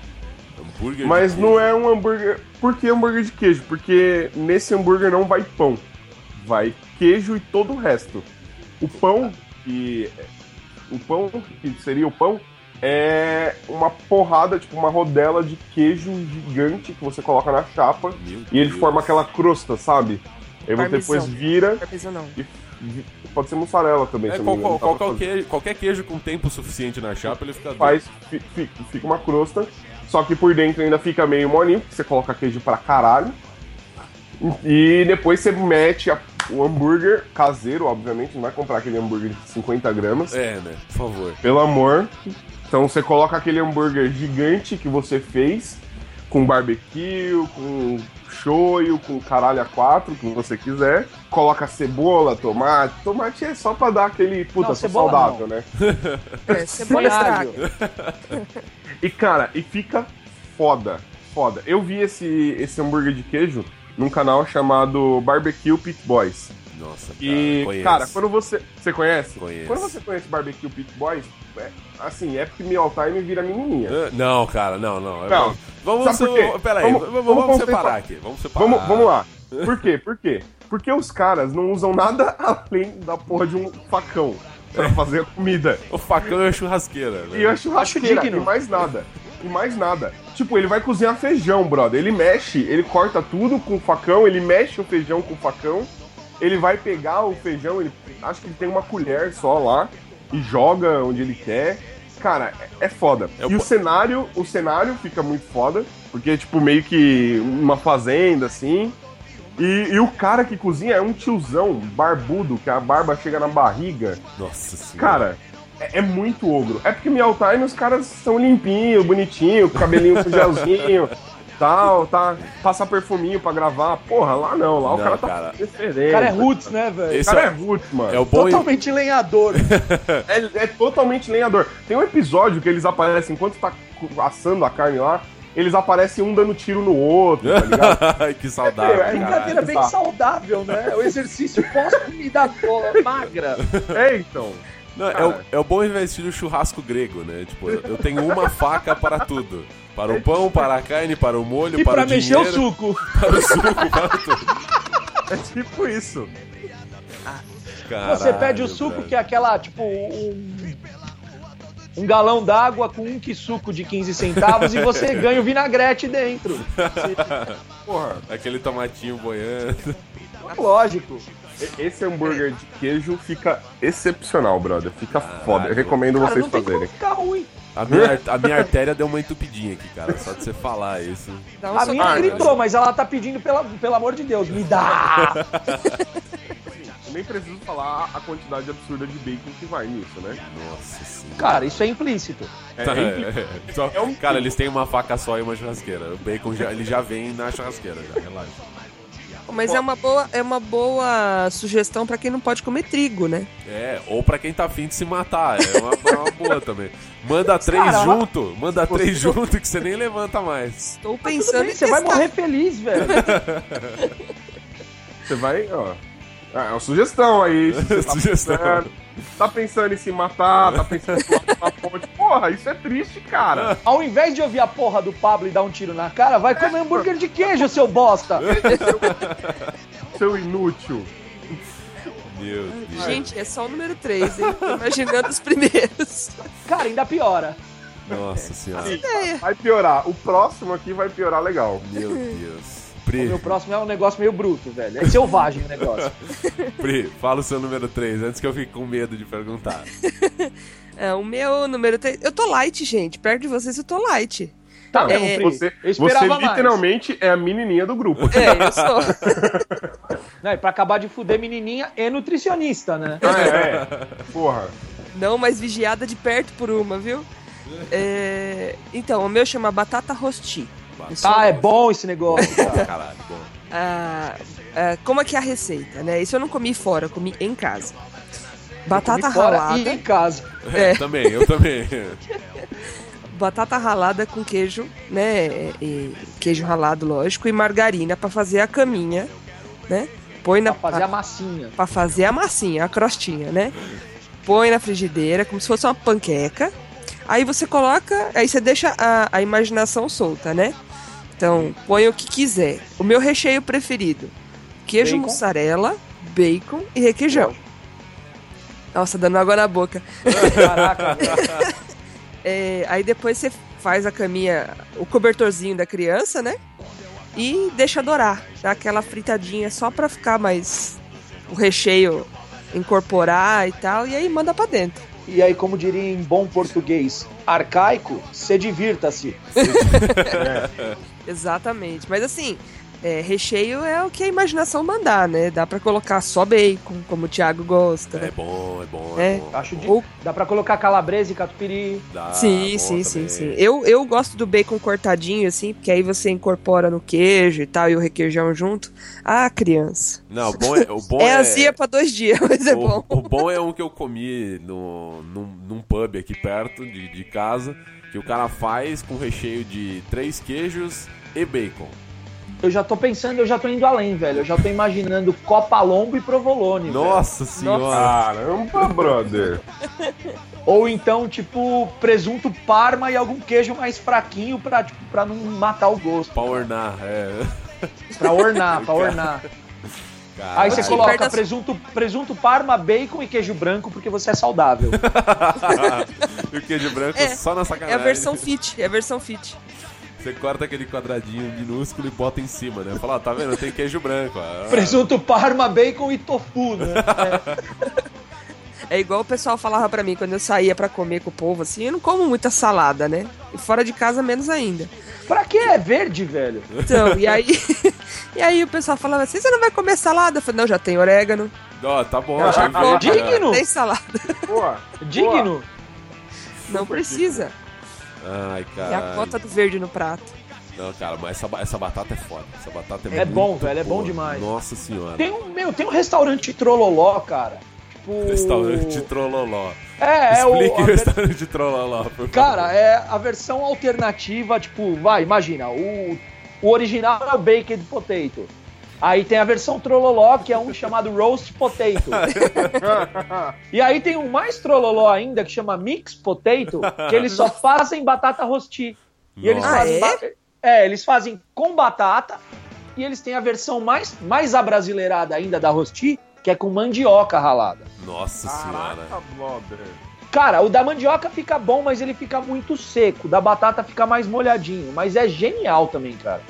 S1: Hambúrguer
S3: Mas
S1: de
S3: não
S1: queijo.
S3: é um hambúrguer. Por que hambúrguer de queijo? Porque nesse hambúrguer não vai pão. Vai queijo e todo o resto. O pão, que. O pão, que seria o pão, é uma porrada, tipo uma rodela de queijo gigante que você coloca na chapa
S1: Meu
S3: e ele
S1: Deus.
S3: forma aquela crosta, sabe? Aí você
S2: Parmesão.
S3: depois vira.
S2: Parmesão não.
S3: Pode ser mussarela também,
S1: É,
S3: se eu não
S1: qual-
S3: me
S1: qual-
S3: engano, dá pra
S1: qualquer,
S3: fazer.
S1: queijo, qualquer queijo com tempo suficiente na chapa, ele fica
S3: faz, fi- fi- fica uma crosta. Só que por dentro ainda fica meio molinho, porque você coloca queijo pra caralho. E depois você mete a- o hambúrguer caseiro, obviamente, não vai comprar aquele hambúrguer de 50 gramas,
S1: É, né? Por favor.
S3: pelo amor. Então você coloca aquele hambúrguer gigante que você fez, com barbecue, com shoyu, com caralho a quatro, que você quiser. Coloca cebola, tomate. Tomate é só pra dar aquele, puta,
S4: Não,
S3: sou
S4: cebola
S3: saudável, né?
S2: É, cebola
S4: Alho.
S2: estraga.
S3: E cara, e fica foda, foda. Eu vi esse, esse hambúrguer de queijo num canal chamado Barbecue Pit Boys.
S1: Nossa, cara,
S3: E,
S1: Ah, conheço.
S3: cara, quando você. Você conhece?
S1: Conheço.
S3: Quando você conhece Barbecue Pit Boys, é, assim, Epic Meal Time vira menininha.
S1: Ah, Não, cara, não, não. É
S3: Não.
S1: Vamos,
S3: Sabe por quê?
S1: vamos peraí,
S3: Vamos-
S1: vamos,
S3: vamos
S1: vamos
S3: conceituar-
S1: separar aqui. Vamos separar.
S3: Vamos, vamos lá. Por quê? Por quê? Porque os caras não usam nada [laughs] além da porra de um facão
S1: É.
S3: pra fazer a comida.
S1: O facão é a churrasqueira, né?
S3: E a churrasqueira,
S4: Acho digno.
S3: e mais nada. E mais nada. Tipo, ele vai cozinhar feijão, brother. Ele mexe, ele corta tudo com o facão, ele mexe o feijão com o facão. Ele vai pegar o feijão, ele acho que ele tem uma colher só lá e joga onde ele quer. Cara, é é foda.
S1: Eu
S3: e o
S1: po-
S3: cenário, o cenário fica muito foda, porque é tipo meio que uma fazenda assim. E, e o cara que cozinha é um tiozão barbudo, que a barba chega na barriga.
S1: Nossa senhora.
S3: Cara, é, é muito ogro. É porque Meow Time os caras são limpinho, bonitinho, com cabelinho com gelzinho, tal, tá. Passa perfuminho pra gravar. Porra, lá não, lá
S1: Não,
S3: o cara tá
S1: cara.
S3: diferente.
S4: O cara é roots, né, velho?
S3: O
S1: esse
S3: cara é
S1: é,
S3: roots, mano.
S1: é o bom. [laughs]
S4: Totalmente [laughs] lenhador.
S3: É, é totalmente lenhador. Tem um episódio que eles aparecem, enquanto tá cu- assando a carne lá, eles aparecem um dando tiro no outro, tá
S1: [laughs]
S3: ligado?
S1: Ai, que saudável.
S4: É uma
S1: cara.
S4: brincadeira bem
S3: tá.
S4: saudável, né? É o exercício pós-comida magra.
S3: é, então.
S1: Não, é, o, é o bom investir no churrasco grego, né? Tipo, eu tenho uma faca para tudo. Para o pão, para a carne, para o molho,
S4: E
S1: para
S4: pra
S1: o
S4: mexer
S1: dinheiro,
S4: o suco.
S1: para o suco, [laughs] para tudo.
S3: É tipo isso.
S4: Você pede o suco, que é aquela, tipo, um, um galão d'água com um que suco de 15 centavos e [laughs] você ganha o vinagrete dentro.
S3: Porra. é-
S1: Aquele tomatinho boiando.
S4: Lógico.
S3: E- Esse hambúrguer de queijo fica excepcional, brother. Fica foda. Eu recomendo
S4: Cara,
S3: vocês
S4: não tem como
S3: fazerem.
S4: ficar ruim.
S1: A
S4: [laughs]
S1: minha, ar- a minha artéria deu uma entupidinha aqui, cara. Só de você falar isso.
S2: Dá
S4: A
S2: um
S4: minha
S2: soco.
S4: gritou, mas ela tá pedindo, pela, pelo amor de Deus, me [laughs] dá!
S3: Eu nem preciso falar a quantidade absurda de bacon que vai nisso, né?
S1: Nossa senhora.
S4: Cara, um isso é implícito.
S3: É,
S1: Tá,
S3: é,
S1: [laughs] é, é. Só- cara, eles têm uma faca só e uma churrasqueira. O bacon já, ele já vem na churrasqueira, já, relaxa.
S2: Mas é uma boa, é uma boa sugestão pra quem não pode comer trigo, né?
S1: É, ou pra quem tá afim de se matar. É uma, é uma boa também. Manda três
S4: Cara,
S1: junto, manda três junto que você nem levanta mais.
S2: Estou
S4: Tudo
S2: pensando
S4: bem,
S2: em
S4: você vai
S2: testar.
S4: morrer feliz, velho.
S3: Você vai, ó. Ah, é uma sugestão aí. se você tá
S1: [laughs] Sugestão.
S3: pensando- Tá pensando em se matar, tá pensando em pular uma ponte. Porra, isso é triste, cara.
S4: Ao invés de ouvir a porra do Pablo e dar um tiro na cara, vai comer hambúrguer de queijo, seu bosta!
S3: Seu inútil.
S1: Meu Deus.
S2: Gente, é só o número 3, hein? Tô imaginando os primeiros.
S4: Cara, ainda piora.
S1: Nossa senhora.
S3: Vai piorar. O próximo aqui vai piorar legal.
S1: Meu Deus.
S4: O
S1: Pri,
S4: meu próximo é um negócio meio bruto, velho. É selvagem o negócio.
S1: Pri, fala o seu número 3, antes que eu fique com medo de perguntar.
S2: É, o meu número 3. Eu tô light, gente. Perto de vocês eu tô light.
S4: Tá
S2: É,
S4: mesmo, Pri.
S3: Você,
S4: Eu
S3: você
S4: esperava mais.
S3: literalmente é a menininha do
S4: [laughs]
S3: grupo.
S2: É, eu sou.
S4: Não, Né, e pra acabar de fuder menininha, é nutricionista, né?
S3: Ah, é, é. Porra.
S2: Não, mas vigiada de perto por uma, viu? É, Então, o meu chama Batata Rosti.
S4: Ah, é bom esse negócio, cara.
S1: Caralho, bom.
S2: Ah, ah, como é que é a receita, né? Isso eu não comi fora, eu comi em casa. Batata
S4: E fora,
S2: ralada,
S4: E em casa.
S1: É, também, eu também.
S2: batata ralada com queijo, né? E queijo ralado, lógico, e margarina pra fazer a caminha, né? Põe na
S4: Pra fazer a massinha.
S2: Pra fazer a massinha, a crostinha, né? Põe na frigideira, como se fosse uma panqueca. Aí você coloca, aí você deixa a, a imaginação solta, né? Então, põe o que quiser. O meu recheio preferido: queijo
S4: Bacon.
S2: mussarela, bacon e requeijão. Nossa, dando água na boca.
S4: Caraca, velho.
S2: É, aí depois você faz a caminha, o cobertorzinho da criança, né? E deixa dourar. Dá aquela fritadinha só pra ficar mais. o recheio incorporar e tal. E aí manda pra dentro.
S4: E aí, como diria em bom português arcaico, se divirta-se.
S2: Exatamente. Mas assim, é, recheio é o que a imaginação mandar, né? Dá pra colocar só bacon, como o Thiago gosta.
S1: É
S2: né?
S1: bom, é bom, é,
S2: É.
S1: bom.
S4: Acho de...
S2: Ou-
S4: Dá pra colocar calabresa e catupiry.
S1: Dá, é
S2: sim,
S1: bom
S2: sim, sim,
S1: também.
S2: sim. Eu, eu gosto do bacon cortadinho, assim, porque aí você incorpora no queijo e tal, e o requeijão junto. Ah, criança.
S1: Não, o bom é, o bom
S2: é
S1: é
S2: azia pra dois dias, [laughs] mas é
S1: o,
S2: bom.
S1: o bom é um que eu comi no, num, num pub aqui perto de, de casa, que o cara faz com recheio de três queijos e bacon.
S4: Eu já tô pensando, eu já tô indo além, velho. Eu já tô imaginando Copa Lombo e Provolone.
S1: Nossa senhora! Ah,
S3: Caramba, brother.
S4: velho. Ou então, tipo, presunto parma e algum queijo mais fraquinho pra, tipo, pra não matar o gosto.
S1: Pra ornar, é.
S4: Pra ornar,
S1: [laughs]
S4: pra ornar. Aí você
S2: Caralho.
S4: coloca
S2: Perto-
S4: presunto, presunto parma, bacon e queijo branco porque você é saudável.
S1: E o queijo branco
S2: É,
S1: só na sacanagem.
S2: É a versão fit, é a versão fit.
S1: Você corta aquele quadradinho minúsculo e bota em cima, né? Fala, ó, tá vendo? Tem queijo branco. ó.
S4: presunto parma, bacon e tofu, né?
S2: É igual o pessoal falava pra mim quando eu saía pra comer com o povo, assim, eu não como muita salada, né? E fora de casa menos ainda.
S4: Pra que é verde, velho?
S2: Então, e aí [laughs] E aí o pessoal falava assim: "Você não vai comer salada?" Eu falei: "Não, já tem orégano,
S1: Ó, tá bom, já vi.
S2: pô,
S1: cara.
S4: Digno!
S2: tem salada,
S3: Boa. boa.
S4: Digno!
S2: não precisa".
S1: Ai,
S2: É a
S1: cara.
S2: cota do verde no prato.
S1: Não, cara, mas essa, ba- essa batata é foda. Essa batata é,
S4: É
S1: muito
S4: bom, velho, é
S1: boa.
S4: bom demais.
S1: Nossa senhora.
S4: Tem um, meu, tem um restaurante trololó, cara. Tipo.
S1: [laughs] Restaurante Trololó.
S4: É, é o.
S1: Explique
S4: a
S1: o
S4: ver-
S1: restaurante Trololó, por favor.
S4: Cara, é a versão alternativa, tipo, vai, imagina, o, o original é o Baked Potato. Aí tem a versão Trololó, que é um chamado Roast Potato. e aí tem um mais Trololó ainda, que chama Mix Potato, que eles só fazem batata rosti. E eles
S1: Nossa.
S4: fazem.
S2: Ah,
S4: ba- É, eles fazem com batata e eles têm a versão mais, mais abrasileirada ainda da rosti, que é com mandioca ralada.
S1: Nossa senhora.
S3: Caraca, brother.
S4: Cara, o da mandioca fica bom, mas ele fica muito seco. O da batata fica mais molhadinho. Mas é genial também, cara.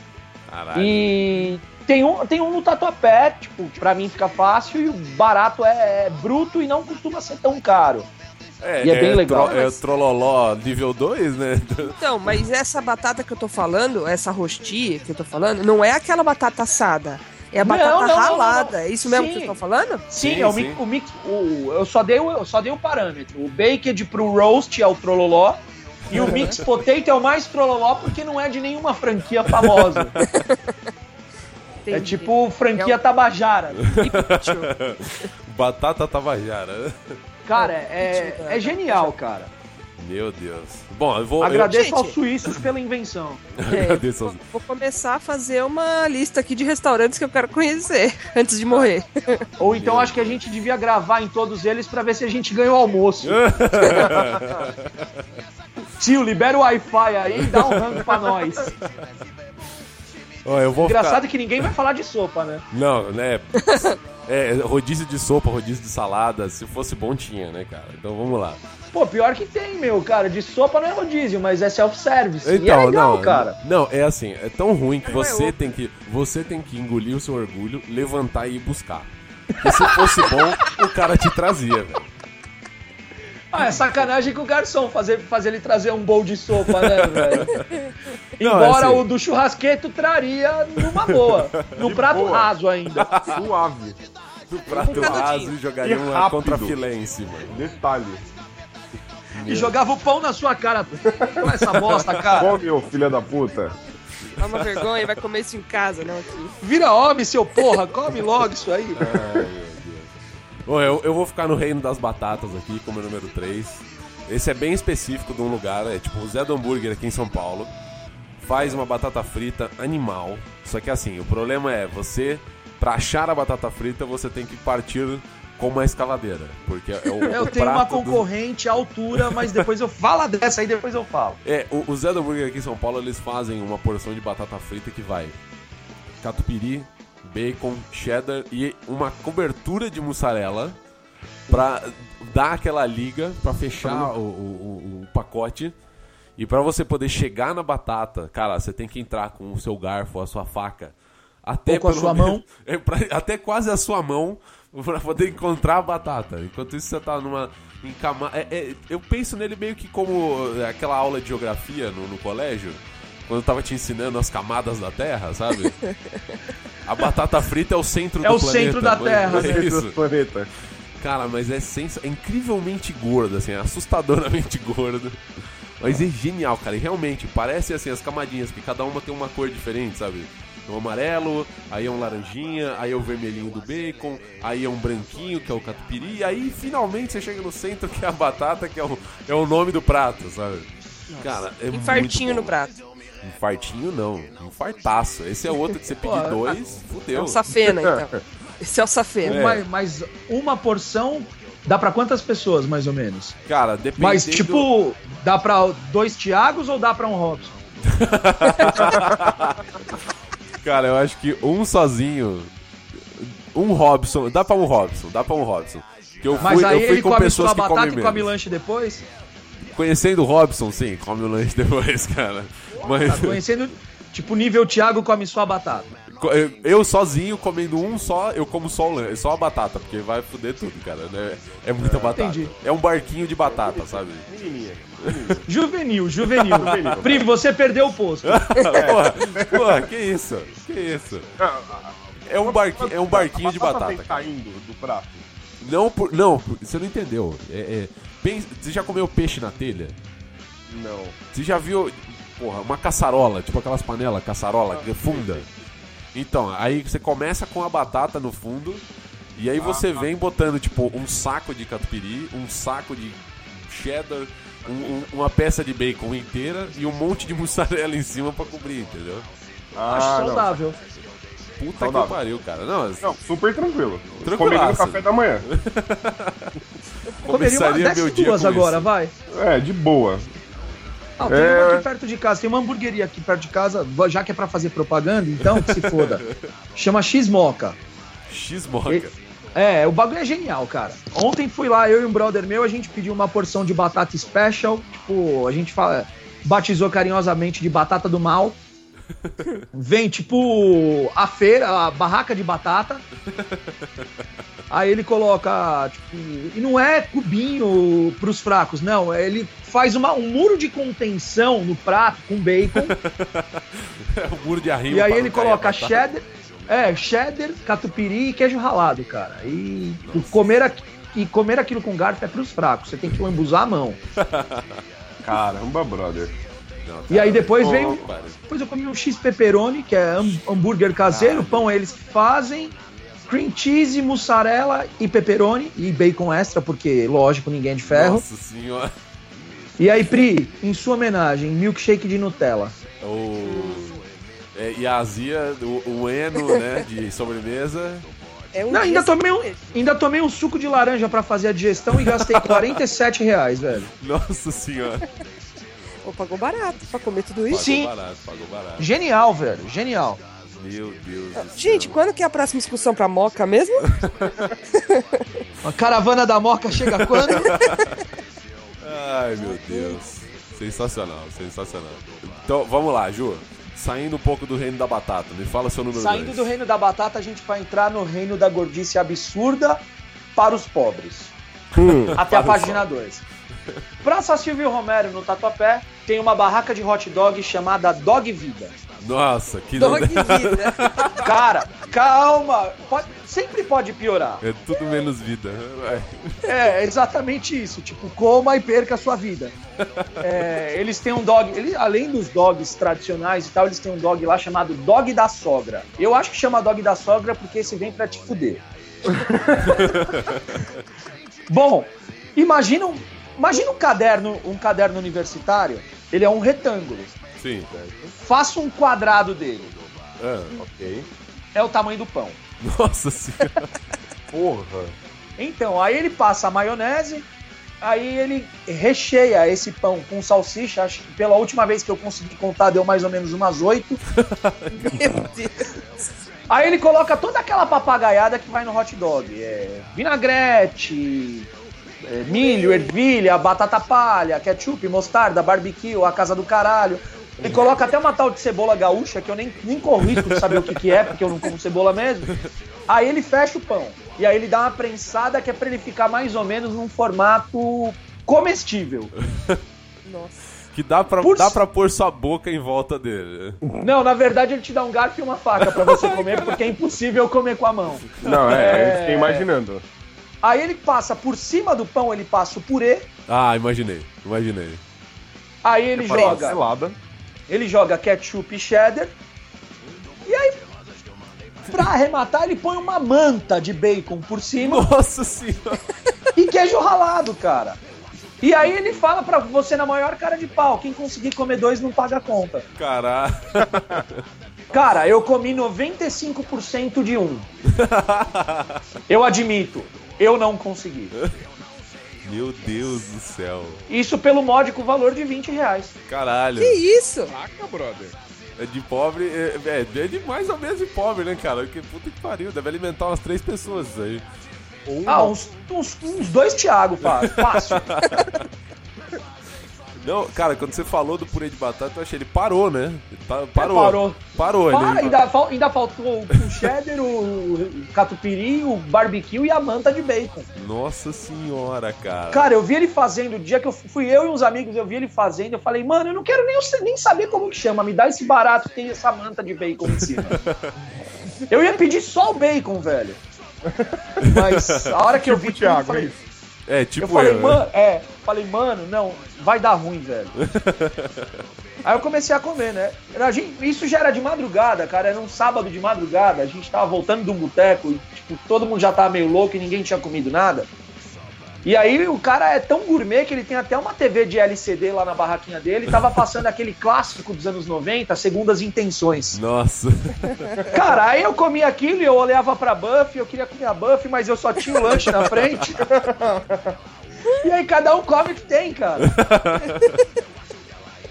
S1: Caralho.
S4: E Tem um, tem um no tatuapé, tipo, pra mim fica fácil, e o barato é, é bruto e não costuma ser tão caro. E é bem legal,
S1: tro- é
S2: mas-
S1: Trololó nível 2, né? [laughs]
S2: Então, mas essa batata que eu tô falando, essa rosti que eu tô falando, não é aquela batata assada. É a
S4: Não,
S2: batata
S4: não, não,
S2: ralada.
S4: não, não.
S2: É isso mesmo que
S4: Sim.
S2: vocês estão falando?
S4: Sim,
S1: Sim,
S4: é o
S1: sim.
S4: mix. O mix o, eu, só dei o, eu só dei o parâmetro. O baked pro roast é o trololó. E o mix potato é o mais trololó porque não é de nenhuma franquia famosa. É
S2: Entendi. Tipo um
S4: tipo
S2: É
S4: franquia tabajara.
S1: [laughs] Batata Tabajara.
S4: Cara, é, é genial, cara.
S1: Meu Deus. Bom, eu vou. eu-
S4: Agradeço
S2: Gente.
S4: aos suíços pela invenção.
S2: É,
S1: Agradeço
S4: [laughs]
S2: vou,
S1: aos-
S2: vou começar a fazer uma lista aqui de restaurantes que eu quero conhecer [laughs] antes de morrer.
S4: Ou então acho que a gente devia gravar em todos eles pra ver se a gente ganha o almoço. Tio, libera o Wi-Fi aí e dá um rango
S1: [laughs]
S4: pra nós.
S1: Ó, eu vou ficar-
S4: Engraçado que ninguém vai falar de sopa, né?
S1: Não, né? É, rodízio de sopa, rodízio de salada. Se fosse bom, tinha, né, cara? Então vamos lá.
S4: Pô, pior que tem, meu, cara. De sopa não é rodízio, mas é self-service.
S1: Então,
S4: e é legal,
S1: não,
S4: cara.
S1: Não, é assim, é tão ruim que
S2: Não é
S1: você
S2: outro.
S1: tem que você tem que engolir o seu orgulho, levantar e ir buscar. Porque se fosse bom, o cara te trazia, velho.
S4: Ah, é sacanagem com o garçom fazer, fazer ele trazer um bowl de
S1: [laughs]
S4: sopa, né, velho?
S1: Não,
S4: Embora
S1: é assim.
S4: o do churrasqueto traria
S1: [laughs]
S4: numa boa. No
S3: De
S4: prato
S3: boa.
S4: raso ainda.
S3: Suave.
S1: Do prato
S2: Complicadinho.
S1: raso e jogaria
S3: E
S1: uma
S3: rápido.
S1: contra filé em cima.
S3: Detalhe.
S4: E jogava o pão na sua cara. Toma essa bosta, cara.
S3: Come, ô filha da puta.
S2: É uma vergonha, vai comer isso em casa, não aqui.
S4: Vira homem, seu porra. Come logo
S1: [laughs]
S4: isso aí.
S1: É, Bom, eu, eu vou ficar no reino das batatas aqui, como é o número 3. Esse é bem específico de um lugar, é tipo o Zé do Hambúrguer aqui em São Paulo. Faz uma batata frita animal. Só que assim, o problema é você, pra achar a batata frita, você tem que partir com uma escavadeira. Porque
S4: [laughs]
S1: é o,
S4: Eu
S1: o
S4: tenho uma
S1: prato do-
S4: concorrente à altura, mas depois eu falo dessa aí, depois eu falo.
S1: É, o, o Zé do Hambúrguer aqui em São Paulo, eles fazem uma porção de batata frita que vai catupiry, bacon, cheddar e uma cobertura de mussarela pra dar aquela liga, pra fechar o, o- o- o pacote. E pra você poder chegar na batata, cara, você tem que entrar com o seu garfo, a sua faca. Até
S4: Ou com a
S1: pelo
S4: sua
S1: menos-
S4: mão.
S1: [laughs] é, pra- até quase a sua mão pra poder encontrar a batata. Enquanto isso, você tá numa. Em cama... é- é- eu penso nele meio que como é, aquela aula de geografia no, no colégio, quando eu tava te ensinando as camadas da Terra, sabe? A batata frita é o centro
S4: É
S1: do
S4: o
S1: planeta.
S4: centro da
S1: mas-
S4: Terra, né,
S1: mas É
S3: Dentro
S1: isso.
S3: do planeta.
S1: Cara, mas é, sens... é incrivelmente gordo, assim, é assustadoramente [laughs] gordo. Mas é genial, cara. E realmente, parece assim, as camadinhas, que cada uma tem uma cor diferente, sabe? Um amarelo, aí é um laranjinha, aí é o vermelhinho do bacon, aí é um branquinho, que é o catupiry, e aí finalmente você chega no centro, [laughs] que é a batata, que é o, é o nome do prato, sabe? Cara, é muito
S2: Infartinho Um no
S1: bom.
S2: prato.
S1: Infartinho não, infartaço. Esse é outro que você pedir dois,
S2: É
S1: fudeu.
S4: um
S1: [laughs]
S2: o safena, então. Esse é o safena.
S1: É.
S4: Mas, mas uma porção dá pra quantas pessoas, mais ou menos?
S1: Cara, depende
S4: Mas, tipo, dá pra dois Tiagos ou dá pra um Robson?
S1: Cara, eu acho que um sozinho. Um Robson. Dá pra um Robson, dá pra um Robson. Que eu fui,
S4: Mas aí
S1: eu fui
S4: ele
S1: com
S4: come
S1: pessoas
S4: sua
S1: que
S4: batata
S1: comem
S4: e
S1: menos.
S4: come
S1: [laughs]
S4: lanche depois?
S1: Conhecendo o Robson, sim, come o lanche [laughs] depois, cara.
S4: Tá
S1: Mas
S4: conhecendo, tipo, nível Thiago come sua batata.
S1: co- eu- eu sozinho, comendo um só, eu como só o lanche, só a batata, porque vai fuder tudo, cara. Né? É muita batata.
S4: Entendi.
S1: É um barquinho de batata,
S4: [laughs]
S1: sabe?
S3: Menininha.
S1: [laughs]
S4: Juvenil, juvenil.
S3: Juvenil.
S4: Pri, você perdeu o posto.
S1: Ah, porra, porra, que isso? Que isso? É um barquinho, é um barquinho de batata, cara.
S3: tá indo do prato.
S1: Não, por, não, por- você não entendeu. É- é, pensa- você já comeu peixe na telha?
S3: Não.
S1: Você já viu, porra, uma caçarola, tipo aquelas panelas, caçarola, que é funda? Então, aí você começa com a batata no fundo, e aí
S4: Ah,
S1: você
S4: tá.
S1: vem botando, tipo, um saco de catupiry, um saco de cheddar, um- um- uma peça de bacon inteira e um monte de [laughs] mussarela em cima pra cobrir, entendeu?
S4: Acho
S3: Ah, não.
S4: saudável.
S1: Puta
S3: Saudável.
S1: que pariu, cara. Não,
S3: Não, super tranquilo.
S1: Tranquilaço.
S3: Comeria no café da manhã.
S4: Comeria uma
S1: começaria meu
S4: dessas
S1: dia
S4: duas
S1: com
S4: agora,
S1: isso.
S4: vai.
S3: É, de boa.
S4: Ah, tem
S3: É.
S4: uma aqui perto de casa, tem uma hamburgueria aqui perto de casa, já que é pra fazer propaganda, então que se foda. Chama X-Moca.
S1: X-moca.
S4: É, o bagulho é genial, cara. Ontem fui lá, eu e um brother meu, a gente pediu uma porção de batata special, tipo, a gente fala, batizou carinhosamente de batata do mal. Vem tipo a feira, a barraca de batata. Aí ele coloca, tipo, e não é cubinho pros fracos, não. Ele faz uma, um muro de contenção no prato com bacon.
S1: É [laughs] o muro de arrimo.
S4: E aí
S1: pra
S4: ele
S1: não cair né? Tá.
S4: coloca
S1: a batata.
S4: cheddar, é, cheddar, catupiry e queijo ralado, cara. E o comer, aqui- e comer aquilo com garfo é pros fracos, você tem que lambuzar a mão.
S3: Caramba, brother.
S1: Não,
S4: E aí depois
S1: cara,
S4: vem-
S1: não, cara.
S4: Depois eu comi um X pepperoni, que é ham- hambúrguer caseiro, pão eles que fazem, cream cheese, mussarela e pepperoni e bacon extra, porque lógico, ninguém é de ferro.
S1: Nossa senhora.
S4: E aí, Pri, em sua homenagem, milkshake de Nutella.
S1: É O... é, e a azia, o, o eno, né, de sobremesa.
S2: É um
S4: Não,
S2: dia
S4: ainda
S2: sem
S4: tomei um,
S2: comer.
S4: ainda tomei um suco de laranja pra fazer a digestão
S1: [laughs]
S4: e gastei R$ 47 reais, velho.
S1: Nossa senhora.
S2: Pô, pagou barato pra comer tudo
S1: Pagou
S2: isso.
S4: Sim.
S1: barato, pagou barato.
S4: Genial, velho, genial.
S1: Meu Deus do
S2: Gente,
S1: céu.
S2: quando que é a próxima excursão pra Moca mesmo?
S4: A caravana da Moca
S1: [laughs]
S4: chega quando?
S1: Ai, meu Deus. Sensacional, sensacional. Então, vamos lá, Ju. Saindo um pouco do reino da batata, me fala seu número
S4: Saindo
S1: dois.
S4: do reino da batata, a gente vai entrar no reino da gordice absurda para os pobres. Até a
S1: Hum, Para os
S4: página 2. Praça Silvio Romero, no Tatuapé, tem uma barraca de hot dog chamada Dog Vida.
S1: Nossa, que
S2: Dog né?
S1: nome.
S2: vida.
S1: [laughs]
S4: Cara, calma! pode- sempre pode piorar.
S1: É tudo menos vida. Vai.
S4: É, exatamente isso. Tipo, coma e perca a sua vida. É, eles têm um dog, ele- além dos dogs tradicionais e tal, eles têm um dog lá chamado Dog da Sogra. Eu acho que chama Dog da Sogra porque esse vem pra te fuder. Bom, imagina um, imagina um caderno, um caderno universitário. Ele é um retângulo.
S1: Sim.
S4: Faça um quadrado dele.
S1: Ah,
S3: Ok.
S4: É o tamanho do pão.
S1: nossa senhora.
S3: Porra.
S4: Então, aí ele passa a maionese, aí ele recheia esse pão com salsicha. Acho que pela última vez que eu consegui contar, deu mais ou menos umas oito.
S2: [laughs] Meu Deus.
S4: Aí ele coloca toda aquela papagaiada que vai no hot dog. É, vinagrete, é, milho, ervilha, batata palha, ketchup, mostarda, barbecue, a casa do caralho. Ele coloca até uma tal de cebola gaúcha, que eu nem, nem corro risco de saber o que, que é, porque eu não como cebola mesmo. Aí ele fecha o pão. E aí ele dá uma prensada que é pra ele ficar mais ou menos num formato comestível.
S2: Nossa.
S1: Que dá pra,
S4: Por-
S1: dá pra pôr sua boca em volta dele.
S4: Não, na verdade ele te dá um garfo e uma faca pra você comer, porque é impossível comer com a mão.
S3: Não, é, eu
S4: É.
S3: fiquei imaginando.
S4: Aí ele passa por cima do pão, ele passa o purê,
S1: Ah, imaginei, imaginei.
S4: Aí ele
S3: Parece uma
S4: joga,
S3: cilada.
S4: ele joga ketchup e cheddar. E aí, pra arrematar, ele põe uma manta de bacon por cima
S1: Nossa senhora.
S4: e queijo ralado, cara. E aí ele fala pra você na maior cara de pau, quem conseguir comer dois não paga a conta.
S1: Caralho.
S4: Cara, eu comi 95% de um. Eu admito, eu não consegui.
S1: Meu Deus do céu.
S4: Isso pelo módico valor de 20 reais.
S1: Caralho.
S2: Que isso?
S3: Caraca, brother.
S1: É de pobre, é, é, é de mais ou menos de pobre, né, cara? Que puta que pariu, deve alimentar umas três pessoas isso aí.
S4: Ah, uns, uns, uns dois Thiago faz, fácil.
S1: Não, cara, quando você falou do purê de batata, eu achei ele parou, né? Ele tá- parou.
S4: parou.
S1: Parou,
S4: Ah,
S1: ele.
S4: ainda, fal- ainda faltou o cheddar, o catupiry, o barbecue e a manta de bacon.
S1: Nossa senhora, cara.
S4: Cara, eu vi ele fazendo, o dia que eu fu- fui eu e uns amigos, eu vi ele fazendo, eu falei, mano, eu não quero nem, eu sei- nem saber como que chama, me dá esse barato que tem essa manta de bacon
S3: [laughs]
S4: em cima. eu ia pedir só o bacon, velho. Mas a hora que eu vi,
S3: Tipo o
S4: tudo, eu
S3: Thiago,
S4: falei,
S3: isso.
S1: É, tipo
S4: eu falei,
S1: né?
S4: mano, é, falei, mano, não, vai dar
S1: [laughs]
S4: ruim, velho. Aí eu comecei a comer, né? A gente- isso já era de madrugada, cara, era um sábado de madrugada, a gente tava voltando de um boteco e, tipo, todo mundo já tava meio louco e ninguém tinha comido nada. E aí o cara é tão gourmet que ele tem até uma TV de LCD lá na barraquinha dele, e tava passando aquele clássico dos anos 90, Segundas Intenções.
S1: Nossa.
S4: Cara, aí eu comia aquilo e eu olhava pra Buff, eu queria comer a Buff, mas eu só tinha o lanche na frente. E aí cada um come o que tem, cara.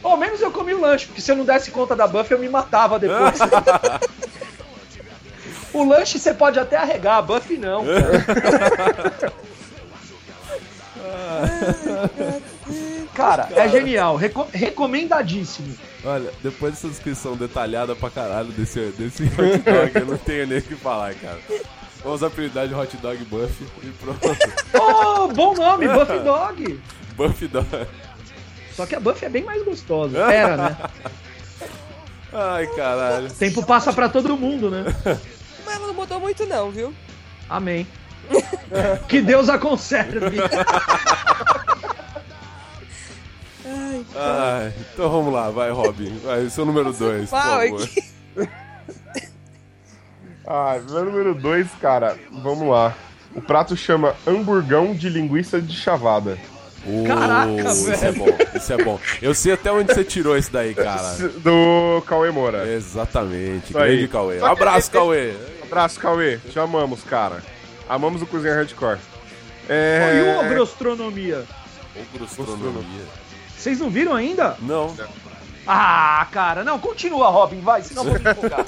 S4: Ao menos eu comi o lanche, porque se eu não desse conta da Buff, eu me matava depois. o lanche você pode até arregar, a Buff não. cara. Cara, é genial. Reco- recomendadíssimo.
S1: Olha, depois dessa descrição detalhada pra caralho desse, desse hot dog, eu não tenho nem o que falar, cara. Vamos apelidar de hot dog Buff e pronto. [laughs]
S4: Oh, bom nome, Buff Dog.
S1: Buff dog.
S4: Só que a Buff é bem mais gostosa. Era, né?
S1: Ai, caralho.
S4: O tempo passa pra todo mundo, né?
S2: Mas ela não mudou muito, não, viu?
S3: [laughs]
S4: Amém. Que Deus a conserve.
S2: Ai,
S1: Ai, então vamos lá, vai, Robin. Vai, seu número 2, por
S2: Power,
S1: favor.
S2: que-
S3: Ah, meu número 2, cara, vamos lá. O prato chama hamburgão de linguiça de chavada.
S1: Oh,
S4: Caraca,
S1: isso é
S4: velho.
S1: bom, isso é bom. Eu sei até onde você tirou isso daí, cara.
S3: S- Do Cauê Moura.
S1: Exatamente,
S3: é Isso aí.
S1: grande Cauê.
S3: Só que-
S1: Abraço, Cauê.
S3: Abraço, Cauê. Te amamos, cara. Amamos o Cozinha Hardcore.
S4: E o
S3: É...
S4: Grostronomia?
S1: Ogro-astronomia.
S4: Vocês não viram ainda?
S1: Não,
S4: Ah, cara, não, continua, Robin, vai, senão eu vou me
S3: [laughs]
S4: empolgar.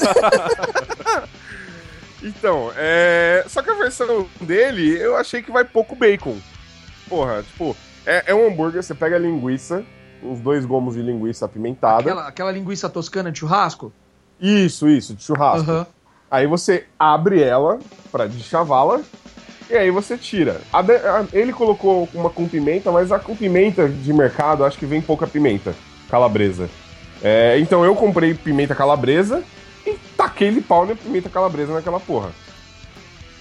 S3: Então, é... Só que a versão dele, eu achei que vai pouco bacon. Porra, tipo, é, é um hambúrguer, você pega a linguiça, uns dois gomos de linguiça apimentada.
S4: Aquela, aquela linguiça toscana de churrasco?
S3: Isso, isso, de churrasco.
S4: Aham.
S3: Aí você abre ela pra deschavá-la e aí você tira. A de- a- ele colocou uma com pimenta, mas a com pimenta de mercado acho que vem pouca pimenta calabresa. É, então eu comprei pimenta calabresa e taquei ele pau na pimenta calabresa naquela porra.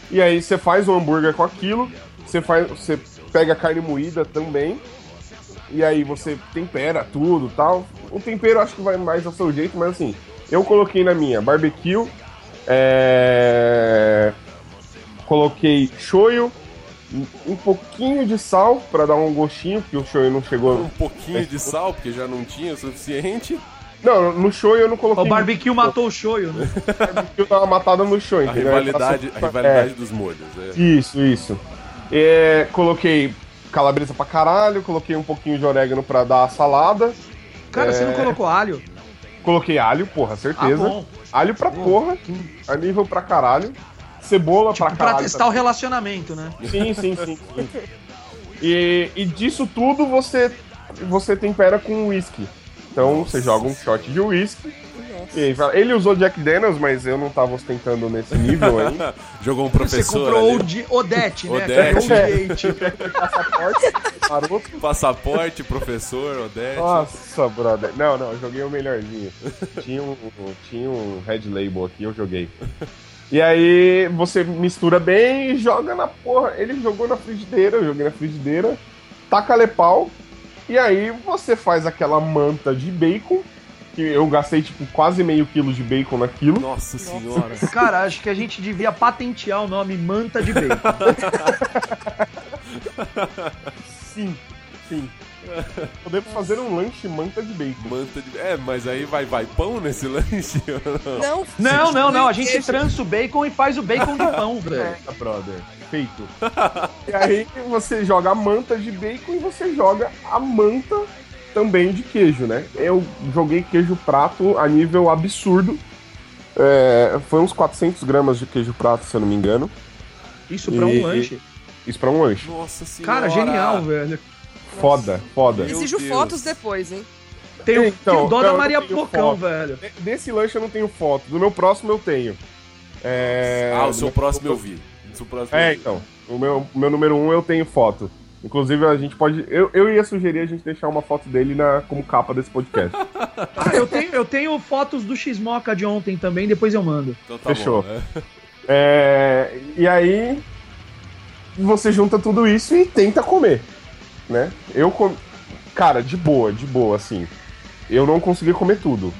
S3: E aí você faz um hambúrguer com aquilo, você faz, você pega a carne moída também. E aí você tempera tudo, tal. O tempero acho que vai mais ao seu jeito, mas assim, eu coloquei na minha barbecue, é, Coloquei shoyu, um- um pouquinho de sal pra dar um gostinho, porque o shoyu não
S1: um
S3: chegou.
S1: pouquinho de sal, porque já não tinha o suficiente.
S3: Não, no shoyu eu não coloquei.
S4: O barbecue matou o shoyu, né?
S3: barbecue dá uma matada no shoyu,
S1: A
S3: entendeu? tá
S1: rivalidade,
S3: Eu
S1: a
S3: faço-
S1: rivalidade dos molhos. É.
S3: Isso, isso. É, coloquei calabresa pra caralho, coloquei um pouquinho de orégano pra dar a salada,
S4: Cara, você não
S3: É.
S4: colocou alho? Ah,
S3: coloquei alho, porra, certeza.
S4: bom.
S3: alho pra porra, a nível pra caralho. Cebola pra
S4: Tipo, pra
S3: caralho.
S4: testar o relacionamento, né?
S3: Sim, sim, sim. sim.
S4: [laughs]
S3: E, e disso tudo você, você tempera com uísque. Então você joga um shot de uísque. e aí fala- Ele usou Jack Daniels, mas eu não tava ostentando nesse nível
S4: [laughs]
S3: ainda.
S1: Jogou um
S4: Você
S1: professor
S4: comprou
S1: ali,
S4: Ode- Odete, né?
S1: Odete.
S4: Cara, Odeate.
S3: Maroto.
S1: passaporte, professor, Odete.
S3: Nossa, brother. Não, não, eu joguei o melhorzinho. Tinha um, tinha um Red Label aqui, eu joguei. E aí você mistura bem e joga na porra. Ele jogou na frigideira, eu joguei na frigideira. Taca lepau. E aí você faz aquela manta de bacon. Que eu gastei tipo quase meio quilo de bacon naquilo.
S1: Nossa senhora.
S4: Cara, acho que a gente devia patentear o nome Manta de Bacon.
S3: Sim, sim. Podemos fazer um lanche manta de bacon.
S1: Manta de. É, mas aí vai, vai pão nesse [laughs] lanche?
S2: Não,
S4: Não, não, não, a gente
S2: queijo.
S4: trança o bacon e faz o bacon de pão, velho.
S3: Eita, Ah, brother.
S1: [laughs]
S3: Feito. e aí você joga a manta de bacon e você joga a manta também de queijo, né? Eu joguei queijo prato a nível absurdo. É, foi uns 400 gramas de queijo prato, se eu não me engano.
S4: Isso pra um
S3: E-
S4: lanche.
S3: Isso pra um lanche.
S1: Nossa senhora.
S4: Cara, genial, velho.
S3: Foda, foda.
S1: Meu
S2: Exijo
S1: Deus.
S2: fotos depois, hein?
S4: Tem o,
S3: Então,
S4: tem o dó
S3: não,
S4: da
S3: eu
S4: Maria
S3: tenho
S4: Pocão,
S3: foto.
S4: velho.
S3: De- Desse lanche eu não tenho foto. Do meu próximo eu tenho. É,
S1: Ah, o seu próximo eu vi. O seu próximo eu
S3: É,
S1: vi.
S3: então. O meu, o meu número um eu tenho foto. Inclusive, a gente pode. Eu, eu ia sugerir a gente deixar uma foto dele na, como capa desse podcast.
S4: Ah, eu tenho, eu tenho fotos do X-Moca de ontem também, depois eu mando.
S1: Então tá
S3: Fechou.
S1: bom. né?
S3: É, e aí você junta tudo isso e tenta comer, né? Eu com... cara, de boa, de boa assim. Eu não consegui comer tudo.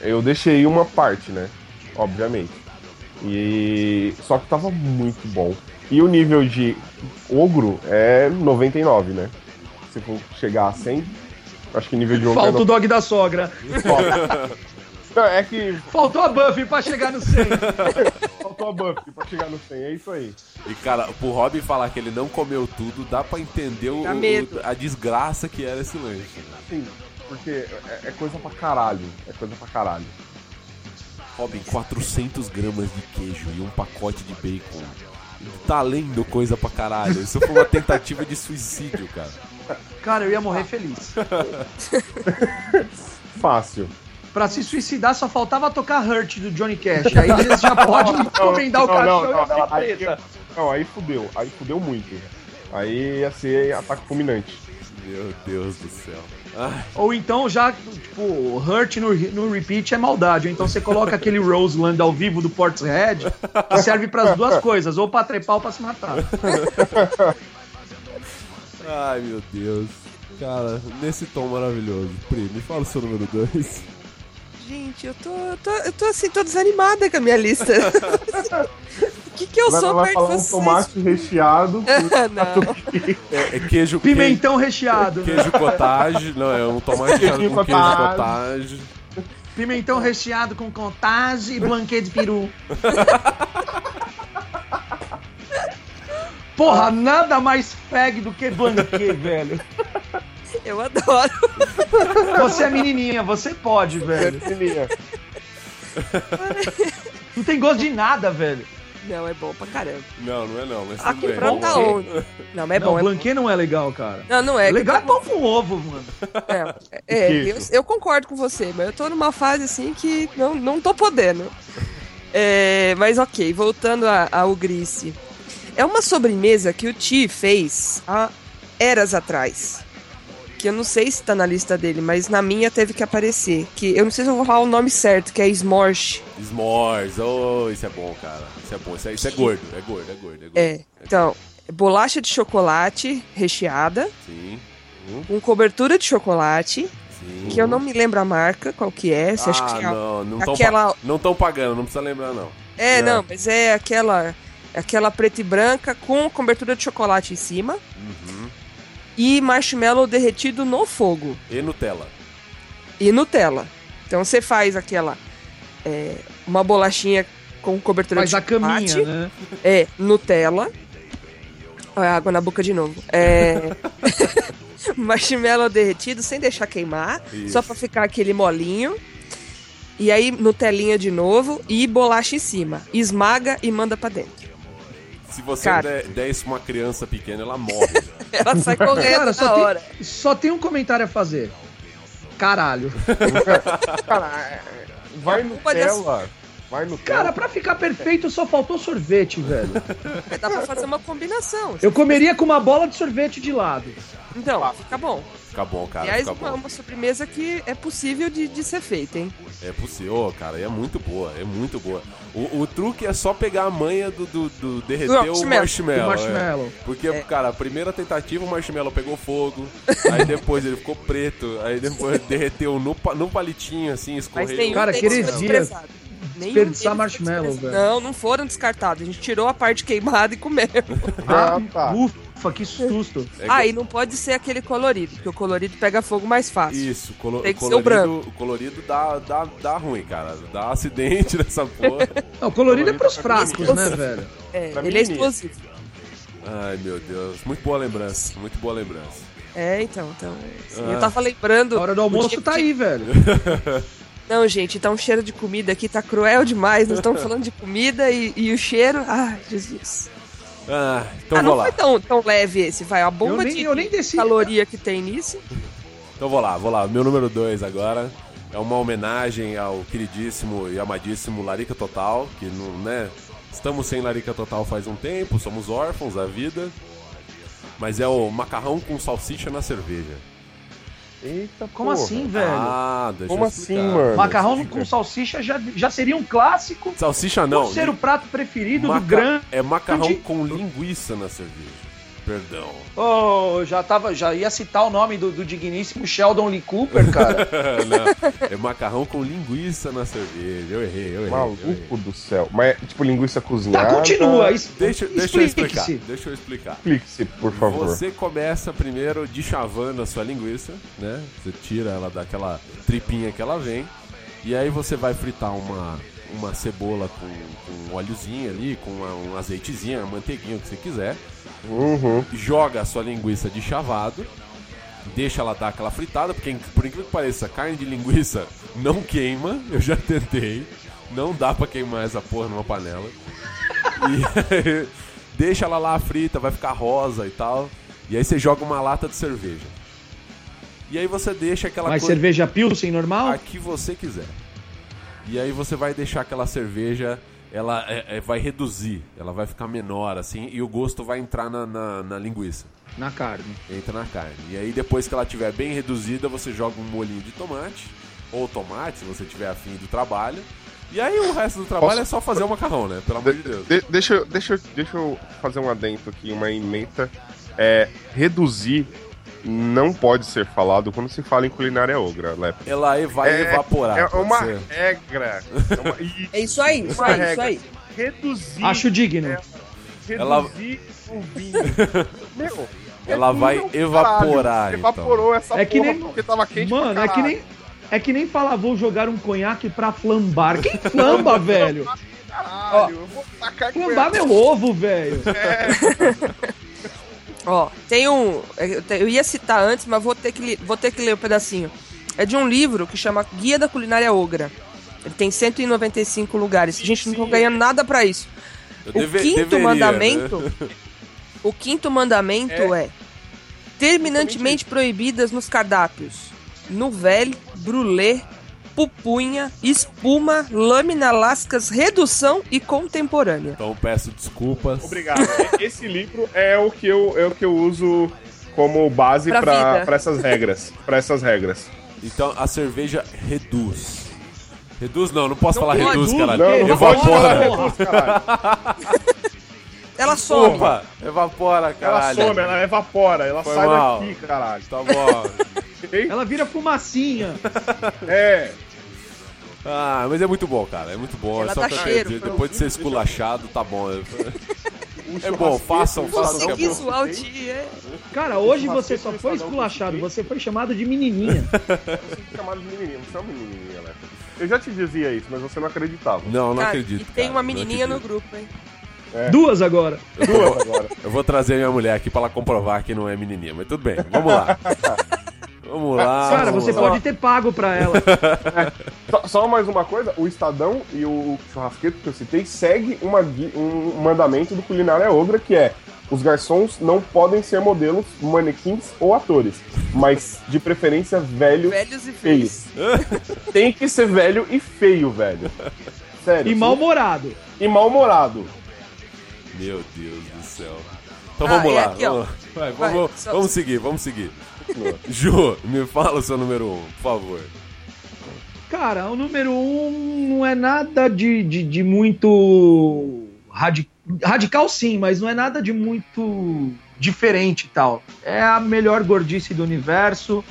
S3: Eu deixei uma parte, né? Obviamente. E só que tava muito bom. E o nível de ogro é 99, né? Se for chegar a 100, acho que nível de ogro
S4: Falta
S3: é
S4: o dog da sogra.
S3: 99. Não, é que
S4: Faltou a Buffy pra chegar no 100.
S3: faltou a buff pra chegar no 100, é isso aí.
S1: E cara, pro Robin falar que ele não comeu tudo, dá pra entender o,
S2: Dá medo.
S1: o- a desgraça que era esse lanche.
S3: Sim, porque é, é coisa pra caralho. É coisa pra caralho.
S1: Robin, 400 gramas de queijo e um pacote de bacon. tá lendo coisa pra caralho. Isso foi uma tentativa de suicídio, cara.
S4: Cara, eu ia morrer feliz.
S3: Fácil.
S4: Pra se suicidar só faltava tocar Hurt do Johnny Cash. Aí eles já podem encomendar o
S3: Não, não,
S4: caixão e
S3: não,
S4: a vela
S3: aí-
S4: preta.
S3: Não, aí fudeu. Aí fudeu muito. Aí ia ser ataque fulminante.
S1: Meu Deus do céu. Ai,
S4: Ou então já, tipo, Hurt no, no repeat é maldade. Ou então você coloca aquele Roseland ao vivo do Portishead, que serve pras duas coisas, ou pra trepar ou pra se matar.
S1: ai, meu Deus. Cara, nesse tom maravilhoso. Pri, me fala o seu número 2.
S2: Gente, eu tô, eu tô, eu tô assim, tô desanimada com a minha
S3: [laughs]
S2: lista. O que, que eu
S3: Vai,
S2: sou
S3: vai
S2: perto de
S3: falar um
S2: vocês?
S3: tomate recheado.
S2: [laughs] Não.
S1: É, é queijo queijo-
S4: Pimentão recheado. né?
S1: Queijo cottage, não, é um tomate com queijo
S3: Queijinho cottage.
S1: cottage.
S4: Pimentão recheado com contagem e blanquete de peru. Porra, nada mais fag do que blanquete, velho.
S2: Eu adoro.
S4: Você é menininha, você pode, velho. Não tem gosto de nada, velho.
S2: Não, é bom pra caramba.
S1: Não, não é não, mas
S2: A
S1: tudo bem.
S2: quebrando tá
S4: bom.
S2: onde? Não, mas é
S4: não,
S2: bom. É... bom.
S4: blanquete não é legal, cara.
S2: Não, não é.
S4: legal é pão com ovo, mano.
S2: É, é, eu,
S3: Queijo.
S2: eu concordo com você, mas eu tô numa fase assim que não, não tô podendo. É, mas ok, voltando a- ao Grice. É uma sobremesa que o Ti fez há eras atrás. Que eu não sei se tá na lista dele, mas na minha teve que aparecer. Que eu não sei se eu vou falar o nome certo, que é Smorsh.
S1: S'mores, oh, isso é bom, cara. Isso é bom, isso é, isso é gordo, é gordo, é gordo, é gordo.
S2: É, então, bolacha de chocolate recheada,
S1: Sim,
S2: com cobertura de chocolate,
S1: sim.
S2: que eu não me lembro a marca, qual que é, se
S1: ah,
S2: acho que é a
S1: não, não tão
S2: aquela-
S1: pa- não tão pagando, não precisa lembrar não.
S2: É,
S1: É.
S2: não, mas é aquela é aquela preta e branca com cobertura de chocolate em cima
S1: Uhum.
S2: e marshmallow derretido no fogo
S1: E Nutella.
S2: e Nutella. Então você faz aquela é, uma bolachinha com cobertura
S4: Faz
S2: de
S4: a
S2: chocolate,
S4: caminha, né?
S2: é Nutella. Olha, água na boca de novo.
S4: [laughs]
S2: É [laughs] marshmallow derretido sem deixar queimar,
S1: Isso.
S2: só pra ficar aquele molinho. E aí Nutelinha de novo e bolacha em cima. Esmaga e manda pra dentro.
S1: Se você
S2: Cara.
S1: der, der isso pra uma criança pequena, ela morre.
S2: Ela sai correndo
S4: Cara,
S2: na
S4: só
S2: hora.
S4: tem, só tem um comentário a fazer. Caralho.
S3: Cara, vai Nutella. Vai Nutella.
S4: Cara, pra ficar perfeito só faltou sorvete, velho.
S2: Dá pra fazer uma combinação.
S4: Eu comeria com uma bola de sorvete de lado.
S2: Então, fica bom.
S1: Fica bom, Ah, cara,
S2: Aliás,
S1: fica
S2: é
S1: bom.
S2: uma sobremesa que é possível de, de ser feita, hein?
S1: É possível, Ô, cara, e é muito boa, é muito boa. O, o truque é só pegar a manha do, do, do derreter
S2: Do
S1: o
S2: marshmallow.
S1: marshmallow.
S4: Do marshmallow.
S1: é. Porque, cara, a primeira tentativa o marshmallow pegou fogo, [laughs] aí depois ele ficou preto, aí depois derreteu no, pa- no palitinho, assim,
S2: Mas um
S1: escorreu.
S2: nenhum
S4: Cara,
S2: deles
S4: aqueles
S2: foi
S4: dias,
S2: desprezado. Nenhum
S4: desperdiçar
S2: deles foi
S4: marshmallow,
S2: desprezado.
S4: velho.
S2: Não, não foram descartados. A gente tirou a parte queimada e comeu.
S3: Ah, tá.
S4: Ufa, que susto.
S1: É
S2: ah, e não pode ser aquele colorido, porque o colorido pega fogo mais fácil.
S1: Isso, colo
S2: Ah, Tem que ser
S1: colorido,
S2: o branco.
S1: o colorido dá, dá, dá ruim, cara. Dá acidente [laughs] nessa porra.
S4: Não, colorido é pros
S3: Colorido pra
S4: fracos, né, velho?
S2: É,
S3: pra
S2: ele
S3: mim,
S2: é explosivo.
S1: Ai, meu Deus. Muito boa lembrança, muito boa lembrança.
S2: É, então, então. assim,
S1: Ah.
S2: Eu tava lembrando.
S4: A hora do
S2: o dia
S4: almoço tá
S2: que-
S4: aí, velho.
S2: Não, gente, tá um cheiro de comida aqui, tá cruel demais. Nós estamos falando de comida e, e o cheiro. Ai, Jesus.
S1: Ah, então
S2: ah,
S1: vou
S2: não
S1: lá.
S2: foi tão, tão leve esse, vai. A bomba
S4: Eu nem-
S2: de
S4: eu nem desci.
S2: caloria que tem nisso.
S1: Então vou lá, vou lá. Meu número 2 agora é uma homenagem ao queridíssimo e amadíssimo Larica Total, que não, né? Estamos sem Larica Total faz um tempo, somos órfãos da vida. Mas é o macarrão com salsicha na cerveja.
S3: Eita,
S4: Como
S3: porra.
S4: assim, velho?
S1: Ah, deixa
S3: Como
S1: eu explicar.
S3: assim, mano?
S4: Macarrão com salsicha já, já seria um clássico.
S1: Salsicha
S4: Não,
S1: não.
S4: ser o prato preferido
S1: Maca-
S4: do grande.
S1: É macarrão
S4: grande-
S1: com linguiça na cerveja. Perdão. [laughs]
S4: Oh, eu já tava, já ia citar o nome do, do digníssimo Sheldon Lee Cooper, cara.
S1: Não, é macarrão com linguiça na cerveja. Eu errei, eu errei. eu errei.
S3: Maluco do céu. Mas, tipo, linguiça cozinhada.
S4: Tá, continua. es-
S1: Deixa, deixa eu explicar.
S4: Explique-se.
S1: Deixa eu explicar.
S3: Explique-se, por favor.
S1: Você começa primeiro deschavando a sua linguiça, né? Você tira ela daquela tripinha que ela vem. E aí você vai fritar uma, uma cebola com, com um óleozinho ali, com uma- um azeitezinho, uma manteiguinha, o que você quiser.
S3: Uhum.
S1: Joga a sua linguiça de chavado. Deixa ela dar aquela fritada, porque por incrível que pareça, carne de linguiça não queima. Eu já tentei. Não dá pra queimar essa porra numa panela. E [laughs] deixa ela lá frita, vai ficar rosa e tal. E aí você joga uma lata de cerveja. E aí você deixa aquela
S4: Mas
S1: coisa
S4: cerveja Pilsen
S1: a
S4: normal?
S1: que você quiser. E aí você vai deixar aquela cerveja, ela é, é, vai reduzir, ela vai ficar menor assim, e o gosto vai entrar na- na, na linguiça
S4: Na carne.
S1: entra na carne. E aí depois que ela estiver bem reduzida, você joga um molhinho de tomate, ou tomate, se você tiver afim do trabalho. E aí o resto do trabalho
S3: Posso-
S1: é só fazer o macarrão, né? Pelo amor de Deus.
S3: De- deixa, eu- deixa, eu- deixa eu fazer um adento aqui, uma emenda. É, reduzir não pode ser falado quando se fala em culinária ogra, Lepe.
S1: Ela e- vai
S3: É-
S1: evaporar.
S3: É
S1: Tá, pode
S3: uma
S1: ser.
S3: regra.
S1: [laughs]
S3: É, uma-
S2: É isso aí, isso aí, isso aí.
S3: Reduzir.
S4: Acho digno.
S3: É.
S1: Ela- [laughs]
S3: Reduzir o vinho. Meu.
S1: Ela vai
S3: reduzir é o
S1: evaporar,
S3: caralho.
S1: então.
S3: Evaporou essa
S4: É que
S3: porra
S4: nem-
S3: porque tava quente pra
S4: Mano, é que
S3: caralho.
S4: nem. É que nem falar, vou jogar um conhaque pra flambar.
S1: [laughs]
S4: Quem flamba, velho?
S3: Caralho, eu vou tacar
S4: Flambar meu ovo, velho.
S2: Ó, tem um. Eu te- eu ia citar antes, mas vou ter, que, li- vou ter que ler um pedacinho. É de um livro que chama Guia da Culinária Ogra. Ele tem 195 lugares. Gente, não tô ganhando nada pra isso.
S1: Eu
S2: O
S1: deve-
S2: quinto
S1: deveria, né?
S2: mandamento. O quinto mandamento é, terminantemente proibidas nos cardápios: nuvelle, brulé, pupunha, espuma, lâmina, lascas, redução e contemporânea.
S1: Então peço desculpas.
S3: Obrigado. Esse livro é o que eu, é o que eu uso como base
S2: Pra
S3: pra
S2: vida.
S3: pra essas regras. Pra essas regras.
S1: Então a cerveja reduz. Reduz não, não posso falar
S4: pode.
S1: reduz,
S4: Reduz,
S1: caralho.
S4: não, não pode
S1: Ah, evapora.
S4: falar.
S1: [laughs]
S2: Ela some.
S1: Opa, evapora,
S3: Ela
S1: caralho.
S3: some, ela evapora, ela
S1: Foi
S3: sai
S1: mal.
S3: daqui, caralho.
S1: Tá bom.
S4: Ela vira fumacinha.
S3: É,
S1: Ah, mas é muito bom, cara. É muito bom.
S2: Ela
S1: é só
S2: dá
S1: pra
S2: cheiro,
S1: dizer,
S2: pelo
S1: Depois de ser esculachado, tá bom.
S3: um
S1: É bom,
S3: churrasqueiro
S1: façam, façam. que é
S2: Consegui
S1: bom.
S2: zoar o dia. é.
S4: Cara, hoje você só foi
S1: um
S4: esculachado, você foi chamado de menininha.
S3: chamado de menininha. Você é uma menininha, né? Eu já te dizia isso, mas você não acreditava.
S1: Não, não
S2: Cara,
S1: acredito.
S2: e tem
S1: cara,
S2: uma
S1: não
S2: menininha no
S1: acredito.
S2: grupo, hein?
S4: Duas agora.
S3: Duas agora.
S1: Eu vou trazer minha mulher aqui pra ela comprovar que não é menininha, mas tudo bem, vamos
S2: [laughs]
S1: lá. vamos lá.
S4: Cara,
S1: vamos
S4: você
S1: lá.
S4: pode ter pago pra [laughs] ela.
S3: Só, só mais uma coisa, o Estadão e o churrasqueiro que eu citei segue uma gui- um mandamento do Culinária Ogra, que é os garçons não podem ser modelos, manequins ou atores, mas de preferência velho,
S2: Velhos e
S3: feio.
S2: feios.
S3: Tem que ser velho e feio, velho. Sério.
S4: E mal-humorado.
S3: e mal-humorado.
S1: Meu Deus do céu. Então
S2: Ah,
S1: vamos
S2: é
S1: lá.
S2: aqui, ó.
S1: vamos, lá. Vai,
S2: Vai,
S1: vamos,
S2: só-
S1: vamos seguir, vamos seguir. Ju, me fala o seu número um, por favor. [laughs]
S4: Cara, o número um não é nada de, de, de muito. radi- Radical sim, mas não é nada de muito diferente e tal. É a melhor gordice do universo.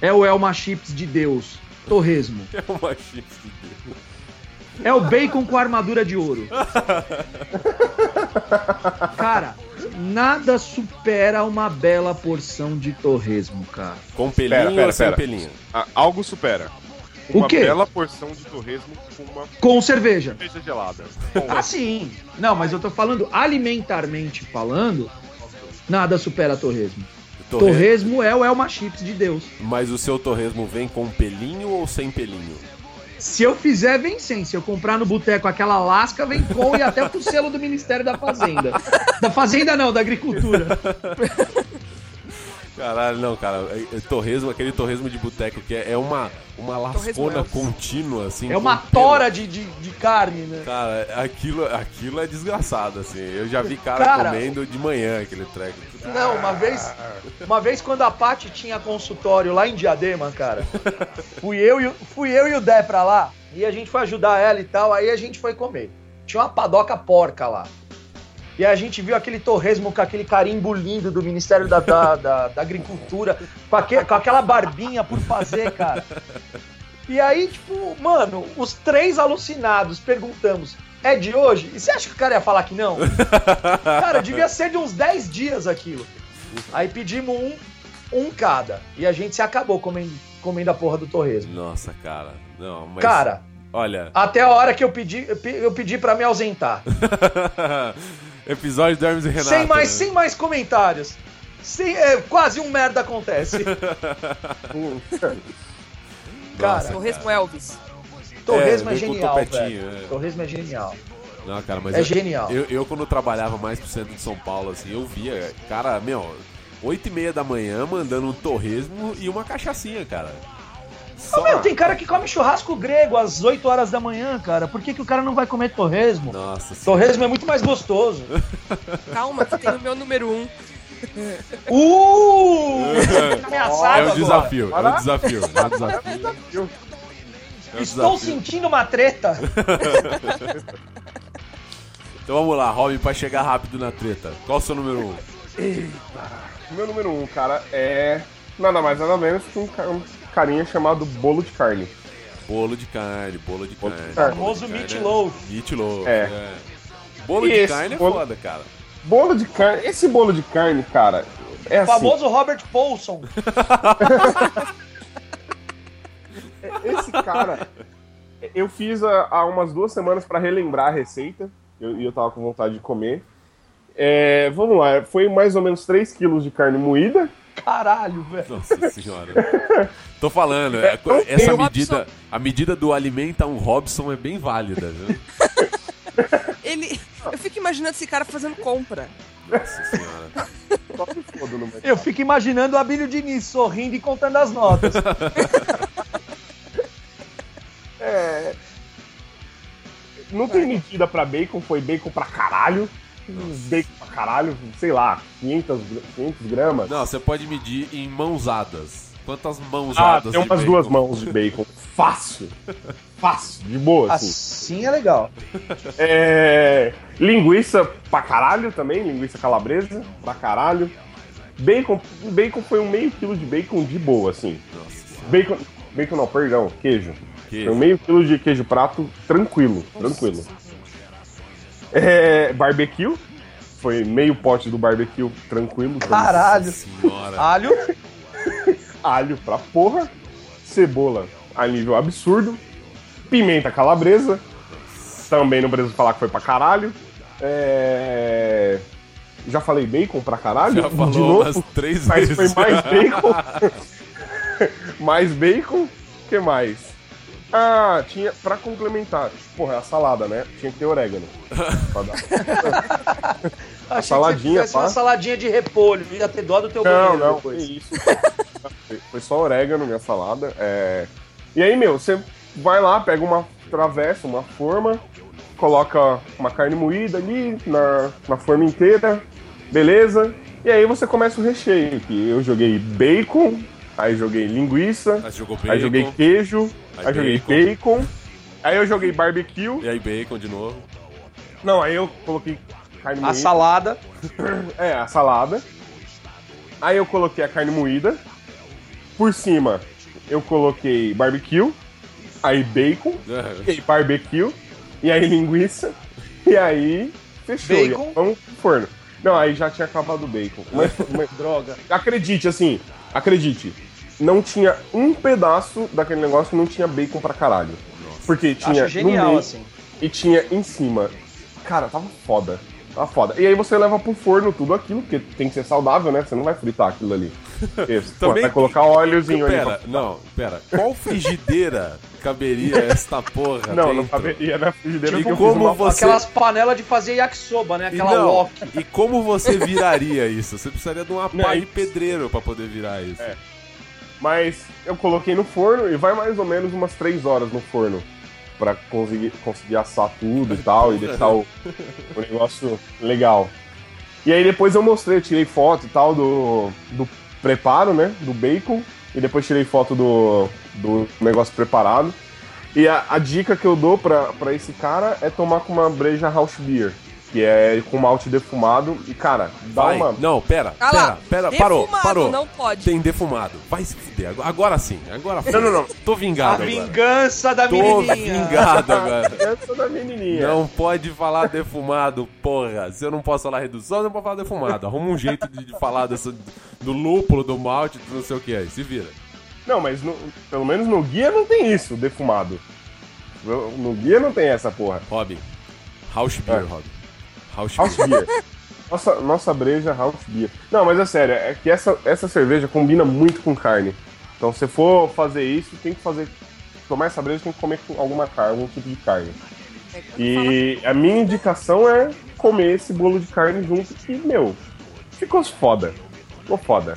S4: É o Elma Chips de Deus. Torresmo.
S1: É uma chifre de Deus.
S4: É o bacon com armadura de ouro. Cara, nada supera uma bela porção de torresmo, cara.
S1: Com pelinho
S3: Pera, pera,
S1: ou sem
S3: pera.
S1: pelinho?
S3: Ah, algo supera.
S4: O
S3: Uma
S4: quê?
S3: bela porção de torresmo com uma
S4: Com cerveja.
S3: cerveja gelada. Bom,
S4: Ah, sim. Não, mas eu tô falando alimentarmente falando, nada supera torresmo.
S1: Torre-
S4: Torresmo é o Elma Chips de Deus.
S1: Mas o seu torresmo vem com pelinho ou sem pelinho?
S4: Se eu fizer, vem sem. Se eu comprar no boteco aquela lasca, vem com e até pro selo do Ministério da Fazenda. Da Fazenda não, da Agricultura.
S1: Caralho, não, cara. É, é torresmo, aquele torresmo de boteco que é, é uma, uma
S2: Torresmo
S1: lascona
S2: Elvis.
S1: contínua, assim.
S4: É uma
S1: com pelo.
S4: tora de, de, de carne, né?
S1: Cara, aquilo, aquilo é desgraçado, assim. Eu já vi cara,
S4: Cara.
S1: comendo de manhã aquele treco. Tudo-
S4: Não, uma vez, uma vez quando a Paty tinha consultório lá em Diadema, cara, fui eu, e, o- fui eu e o Dé pra lá, e a gente foi ajudar ela e tal, aí a gente foi comer. Tinha uma padoca porca lá. E a gente viu aquele torresmo com aquele carimbo lindo do Ministério da, da, da- da Agricultura, com, aque- com aquela barbinha por fazer, cara. E aí, tipo, mano, os três alucinados perguntamos, é de hoje? E você acha que o cara ia falar que não? [laughs]
S1: [laughs]
S4: Cara, devia ser de uns 10 dias aquilo. Aí pedimos um, um cada. E a gente se acabou comendo, comendo a porra do torresmo.
S1: Nossa, cara. Não, mas.
S4: Cara,
S1: Olha. [laughs]
S4: até a hora que eu pedi, eu pe- eu pedi pra me ausentar.
S1: Episódio do Hermes e Renato.
S4: sem, mais,
S1: né?
S4: sem mais comentários. Sem, é, quase um merda acontece.
S1: [laughs] Nossa,
S4: cara.
S2: Torresmo Elvis.
S4: Torresmo é,
S1: vem com o
S4: genial,
S1: topetinho,
S4: velho.
S1: é.
S4: Torresmo é genial.
S1: Não, cara, mas
S4: É
S1: eu-
S4: genial.
S1: Eu, eu, quando trabalhava mais pro centro de São Paulo, assim, eu via, cara, meu, 8 e meia da manhã mandando um torresmo e uma cachaçinha, cara. Só...
S4: Não, meu, tem cara que come churrasco grego às 8 horas da manhã, cara. Por que, que o cara não vai comer torresmo?
S1: Nossa senhora.
S4: Torresmo é muito mais gostoso.
S2: Calma, que tem o meu número um.
S4: Uh! Tá
S1: É
S4: ameaçado
S1: um
S4: agora.
S1: desafio, é um desafio, é um desafio. É um
S4: Estou
S1: desafio.
S4: sentindo uma
S1: [laughs]
S4: treta.
S1: Então vamos lá, Robin, pra chegar rápido na treta. Qual o seu número 1? Um?
S3: Meu número [laughs] um, cara, é nada mais nada menos que um ca- um carinha chamado Bolo de Carne.
S1: Bolo de carne, bolo de
S3: Bolo de
S1: carne.
S3: carne.
S1: bolo de
S4: Famoso
S1: carne,
S4: meatloaf.
S1: né? Meatloaf,
S3: É.
S1: é. Bolo
S3: E
S1: de
S3: esse
S1: carne é
S3: bolo-
S1: foda, cara.
S3: Bolo de carne, esse bolo de carne, cara, é
S4: O
S3: assim.
S4: famoso Robert Paulson.
S3: assim, Esse cara, eu fiz há, há umas duas semanas pra relembrar a receita e eu, e eu tava com vontade de comer. É, vamos lá, foi mais ou menos 3 quilos de carne moída.
S4: Caralho, velho.
S1: Nossa [laughs] senhora. Tô falando, é, co-
S3: eu
S1: essa
S2: tenho-
S1: medida, a medida do alimenta um Robson é bem válida, viu?
S2: Ele. [laughs] Eu fico imaginando esse cara fazendo compra.
S1: Nossa senhora.
S3: Só me foda no mercado.
S4: Eu fico imaginando o Abílio Diniz sorrindo e contando as notas.
S3: É, não tem medida pra bacon, foi bacon pra caralho. Bacon pra caralho, sei lá, 500, gra- 500 gramas.
S1: Não, você pode medir em mãozadas. Quantas
S3: Ah,
S1: mãozadas
S3: tem umas
S1: de bacon?
S3: duas mãos de bacon. Fácil. Fácil, de boa, assim.
S4: Assim é legal.
S3: É, linguiça pra caralho também, linguiça calabresa pra caralho. Bacon, bacon foi um meio quilo de bacon de boa, assim.
S1: Nossa senhora.
S3: Bacon, bacon não, perdão, queijo. Foi um
S1: Queijo.
S3: meio quilo de queijo prato, tranquilo, tranquilo. É, barbecue, foi meio pote do barbecue, tranquilo. tranquilo.
S4: Caralho.
S1: Senhora.
S4: Alho.
S3: Alho pra porra, cebola a nível absurdo, pimenta calabresa, também não preciso falar que foi pra caralho. É... Já falei bacon pra caralho?
S1: Já
S3: De
S1: falou
S3: novo,
S1: umas três
S3: mas
S1: vezes.
S3: foi
S1: [laughs]
S3: mais bacon. mais bacon, que mais? Ah, tinha. Pra complementar, porra, a salada, né? Tinha que
S1: [laughs]
S3: ter orégano. Pra dar-
S4: Achei
S3: saladinha,
S4: que você fizesse
S3: pá.
S4: uma saladinha de repolho. Ia ter dó do teu
S3: Não,
S4: banheiro
S3: não, foi
S4: depois.
S3: isso. Foi- [laughs] foi só orégano minha salada. é. E aí, meu, você vai lá, pega uma travessa, uma forma, coloca uma carne moída ali na, na forma inteira, beleza? E aí você começa o recheio, que eu joguei bacon, aí joguei linguiça,
S1: Aí jogou
S3: aí joguei
S1: bacon.
S3: queijo, aí,
S1: aí
S3: joguei bacon, aí eu joguei barbecue.
S1: E aí bacon de novo.
S3: Não, aí eu coloquei carne
S4: A
S3: moída.
S4: salada.
S3: É, a salada. Aí eu coloquei a carne moída. Por cima, eu coloquei barbecue. Aí bacon.
S1: É. [laughs]
S3: E aí barbecue. E aí linguiça. E aí fechou.
S4: Bacon.
S3: E Vamos pro forno. Não, aí já tinha acabado o bacon.
S4: [laughs]
S3: Mas, mas-
S4: Droga.
S3: acredite, assim, acredite. Não tinha um pedaço daquele negócio que não tinha bacon pra caralho. Porque tinha
S4: Acho
S3: no
S4: genial,
S3: meio,
S4: assim.
S3: e tinha em cima. Cara, tava foda. Tava foda. E aí você leva pro forno tudo aquilo, porque tem que ser saudável, né? Você não vai fritar
S1: [laughs]
S3: aquilo ali. Isso. Pô,
S1: Também-
S3: vai colocar óleozinho ali.
S1: Pera, não, pera. Qual frigideira caberia esta porra
S3: pra- Não, não
S1: dentro?
S3: caberia na frigideira
S1: E
S3: porque eu fiz
S1: Tipo como
S3: uma
S1: você...
S4: Aquelas panelas de fazer yakisoba, né?
S1: E,
S4: Aquela
S1: não,
S4: wok.
S1: e como você viraria isso? Você precisaria de um
S3: Não,
S1: pai
S3: isso-
S1: pedreiro pra poder virar isso.
S3: É. Mas eu coloquei no forno e vai mais ou menos umas 3 horas no forno. Pra conseguir, conseguir assar tudo e tal, e deixar o, o negócio legal. E aí depois eu mostrei, eu tirei foto e tal do, do preparo, né? Do bacon. E depois tirei foto do, do negócio preparado. E a, a dica que eu dou pra, pra esse cara é tomar com uma breja house beer. Que é com malte defumado. E, cara, dá
S1: Vai.
S3: uma.
S1: Não, pera,
S2: Ah lá,
S1: pera, pera, parou,
S2: defumado,
S1: parou.
S2: não pode.
S1: Tem defumado. Vai se fuder. Agora, agora sim, agora foi.
S3: Não, não, Tá não.
S1: Tô
S4: A
S1: vingado agora.
S4: vingança da
S1: Tô
S4: menininha.
S1: vingado agora.
S3: Essa da menininha.
S1: Não pode falar defumado, porra. Se eu não posso falar redução, eu não posso falar defumado. Arruma um jeito de, de falar dessa, do lúpulo, do malte, do não sei o que aí. Se vira.
S3: Não, mas no- pelo menos no guia não tem isso, defumado. No no guia não tem essa porra.
S1: Rob. House beer,
S3: É.
S1: Rob. House
S3: House
S1: beer.
S3: beer. Nossa, nossa breja house beer. Não, mas é sério, é que essa, essa cerveja combina muito com carne. Então se for fazer isso, tem que fazer. Tomar essa breja tem que comer com alguma carne, algum tipo de carne. E a minha indicação é comer esse bolo de carne junto, que, meu, ficou foda. Ficou foda.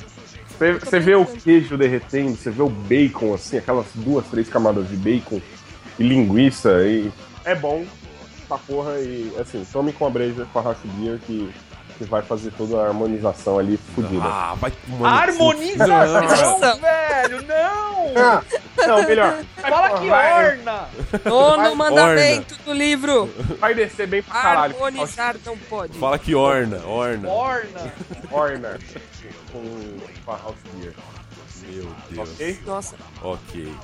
S3: Você- Você vê o queijo derretendo, você vê o bacon, assim, aquelas duas, três camadas de bacon e linguiça. E é bom essa porra e, assim, tome com a breja, com a hash beer, que, que vai fazer toda a harmonização ali fodida.
S1: Ah, vai tomar.
S4: Harmonização,
S2: Nossa.
S4: velho! Não!
S3: Ah, não, melhor. Vai
S4: [laughs] Fala
S3: pra-
S4: que
S3: vai,
S4: orna!
S2: Nono mandamento do livro.
S3: vai descer bem pra caralho.
S2: Harmonizar não pode.
S1: Fala que orna, orna.
S4: Orna!
S3: Orna com, com a house beer,
S1: Meu Deus.
S3: ok?
S2: Nossa,
S1: Ok.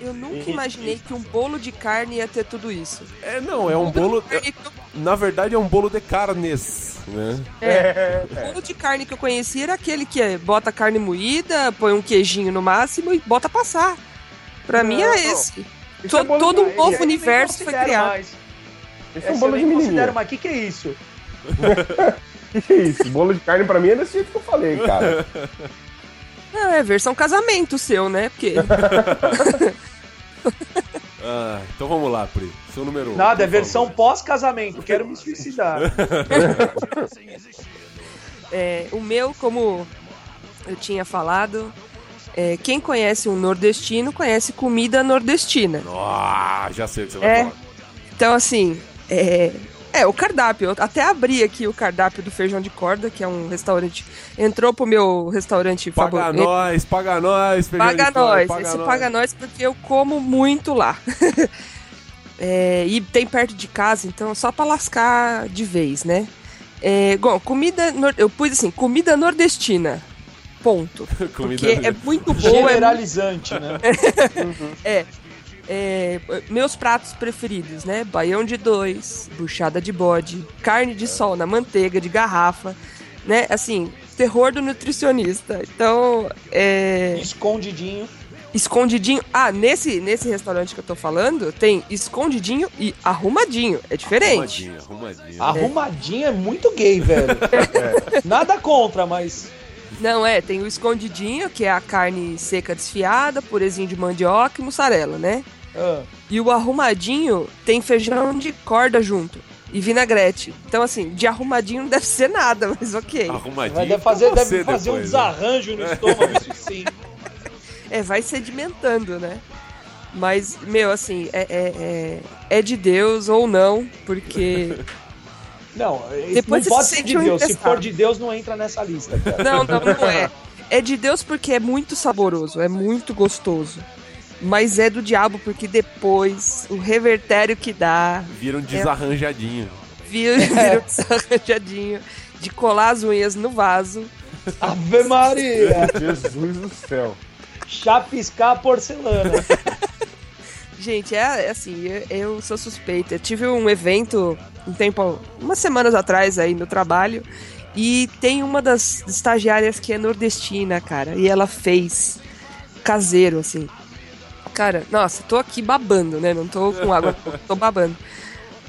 S2: eu nunca imaginei que um bolo de carne ia ter tudo isso.
S1: É, não, é um bolo. é-
S2: E que
S1: na verdade, é um bolo de carnes, né?
S4: É.
S3: é.
S2: O bolo de carne que eu conheci era aquele que é, bota carne moída, põe um queijinho no máximo e bota passar. Pra mim era
S3: não.
S2: esse.
S3: [laughs] Isso é
S2: To-
S3: bolo de
S2: todo um
S3: carne.
S2: novo
S4: Esse eu nem
S2: universo foi
S4: considero
S2: criado.
S4: mais.
S3: Esse é
S4: Esse
S3: um bolo
S4: eu
S3: de
S4: nem
S3: menininho.
S4: considero mais. O que, que é isso?
S3: [laughs] Que que é isso? Bolo de carne pra mim é desse jeito que eu falei, cara.
S2: Não, é versão casamento seu, né?
S3: [laughs]
S2: Porque
S1: Ah, então vamos lá, Pri. Seu número um.
S4: Nada, é
S1: por
S4: versão
S1: favor.
S4: pós-casamento. Quero me suicidar.
S2: é, o meu, como eu tinha falado, é, quem conhece um nordestino conhece comida nordestina.
S1: Ah, já sei o que você vai
S2: É.
S1: falar.
S2: Então, assim, é, é, o cardápio. Eu até abri aqui o cardápio do Feijão de Corda, que é um restaurante. Entrou pro meu restaurante
S1: Paga
S2: favorito.
S1: nós, paga nós, feijão de
S2: Paga
S1: fora,
S2: nós, esse paga nós porque eu como muito lá. [laughs] É, e tem perto de casa, então é só pra lascar de vez, né? É, bom, comida. nor- Eu pus assim, comida nordestina. Ponto.
S1: Comida.
S2: Porque é muito boa. É, muito-
S4: Generalizante,
S2: [laughs]
S4: né?
S2: é, meus pratos preferidos, né? Baião de dois, buchada de bode, carne de sol na manteiga de garrafa, né? Assim, terror do nutricionista. Então, é.
S4: Escondidinho.
S2: Escondidinho. Ah, nesse, nesse restaurante que eu tô falando, tem escondidinho e arrumadinho. É diferente. Ah,
S1: Arrumadinho, arrumadinho.
S4: Arrumadinho é muito gay, velho. Nada contra, mas.
S2: Não, é, tem o escondidinho, que é a carne seca desfiada, purezinho de mandioca e mussarela, né?
S4: ah,
S2: E o arrumadinho tem feijão de corda junto. E vinagrete. Então, assim, de arrumadinho não deve ser nada, [laughs] mas ok.
S1: Arrumadinho.
S4: vai
S1: com
S4: deve fazer,
S1: você
S4: deve fazer
S1: depois,
S4: um
S1: né?
S4: desarranjo no estômago, isso sim.
S2: É, vai sedimentando, né? Mas, meu, assim, é, é, é, é de Deus ou não, porque.
S4: Não,
S2: Depois
S4: Depois
S2: você
S4: não pode
S2: se
S4: ser
S2: sente
S4: de
S2: um
S4: Deus. Se
S2: emprestado.
S4: for de Deus, não entra nessa lista. Cara.
S2: Não, não, não é. É de Deus porque é muito saboroso, é muito gostoso. Mas é do diabo porque depois o revertério que dá,
S1: Vira um desarranjadinho.
S2: vira, vira um desarranjadinho, de colar as unhas no vaso.
S4: Ave Maria!
S3: [laughs] Jesus do céu.
S4: Chapiscar a porcelana.
S2: Gente, é, é assim, eu, eu sou suspeita. Eu tive um evento um tempo, umas semanas atrás aí no trabalho, e tem uma das estagiárias que é nordestina, cara, e ela fez caseiro, assim. Cara, nossa, tô aqui babando, né? Não tô com água, tô babando.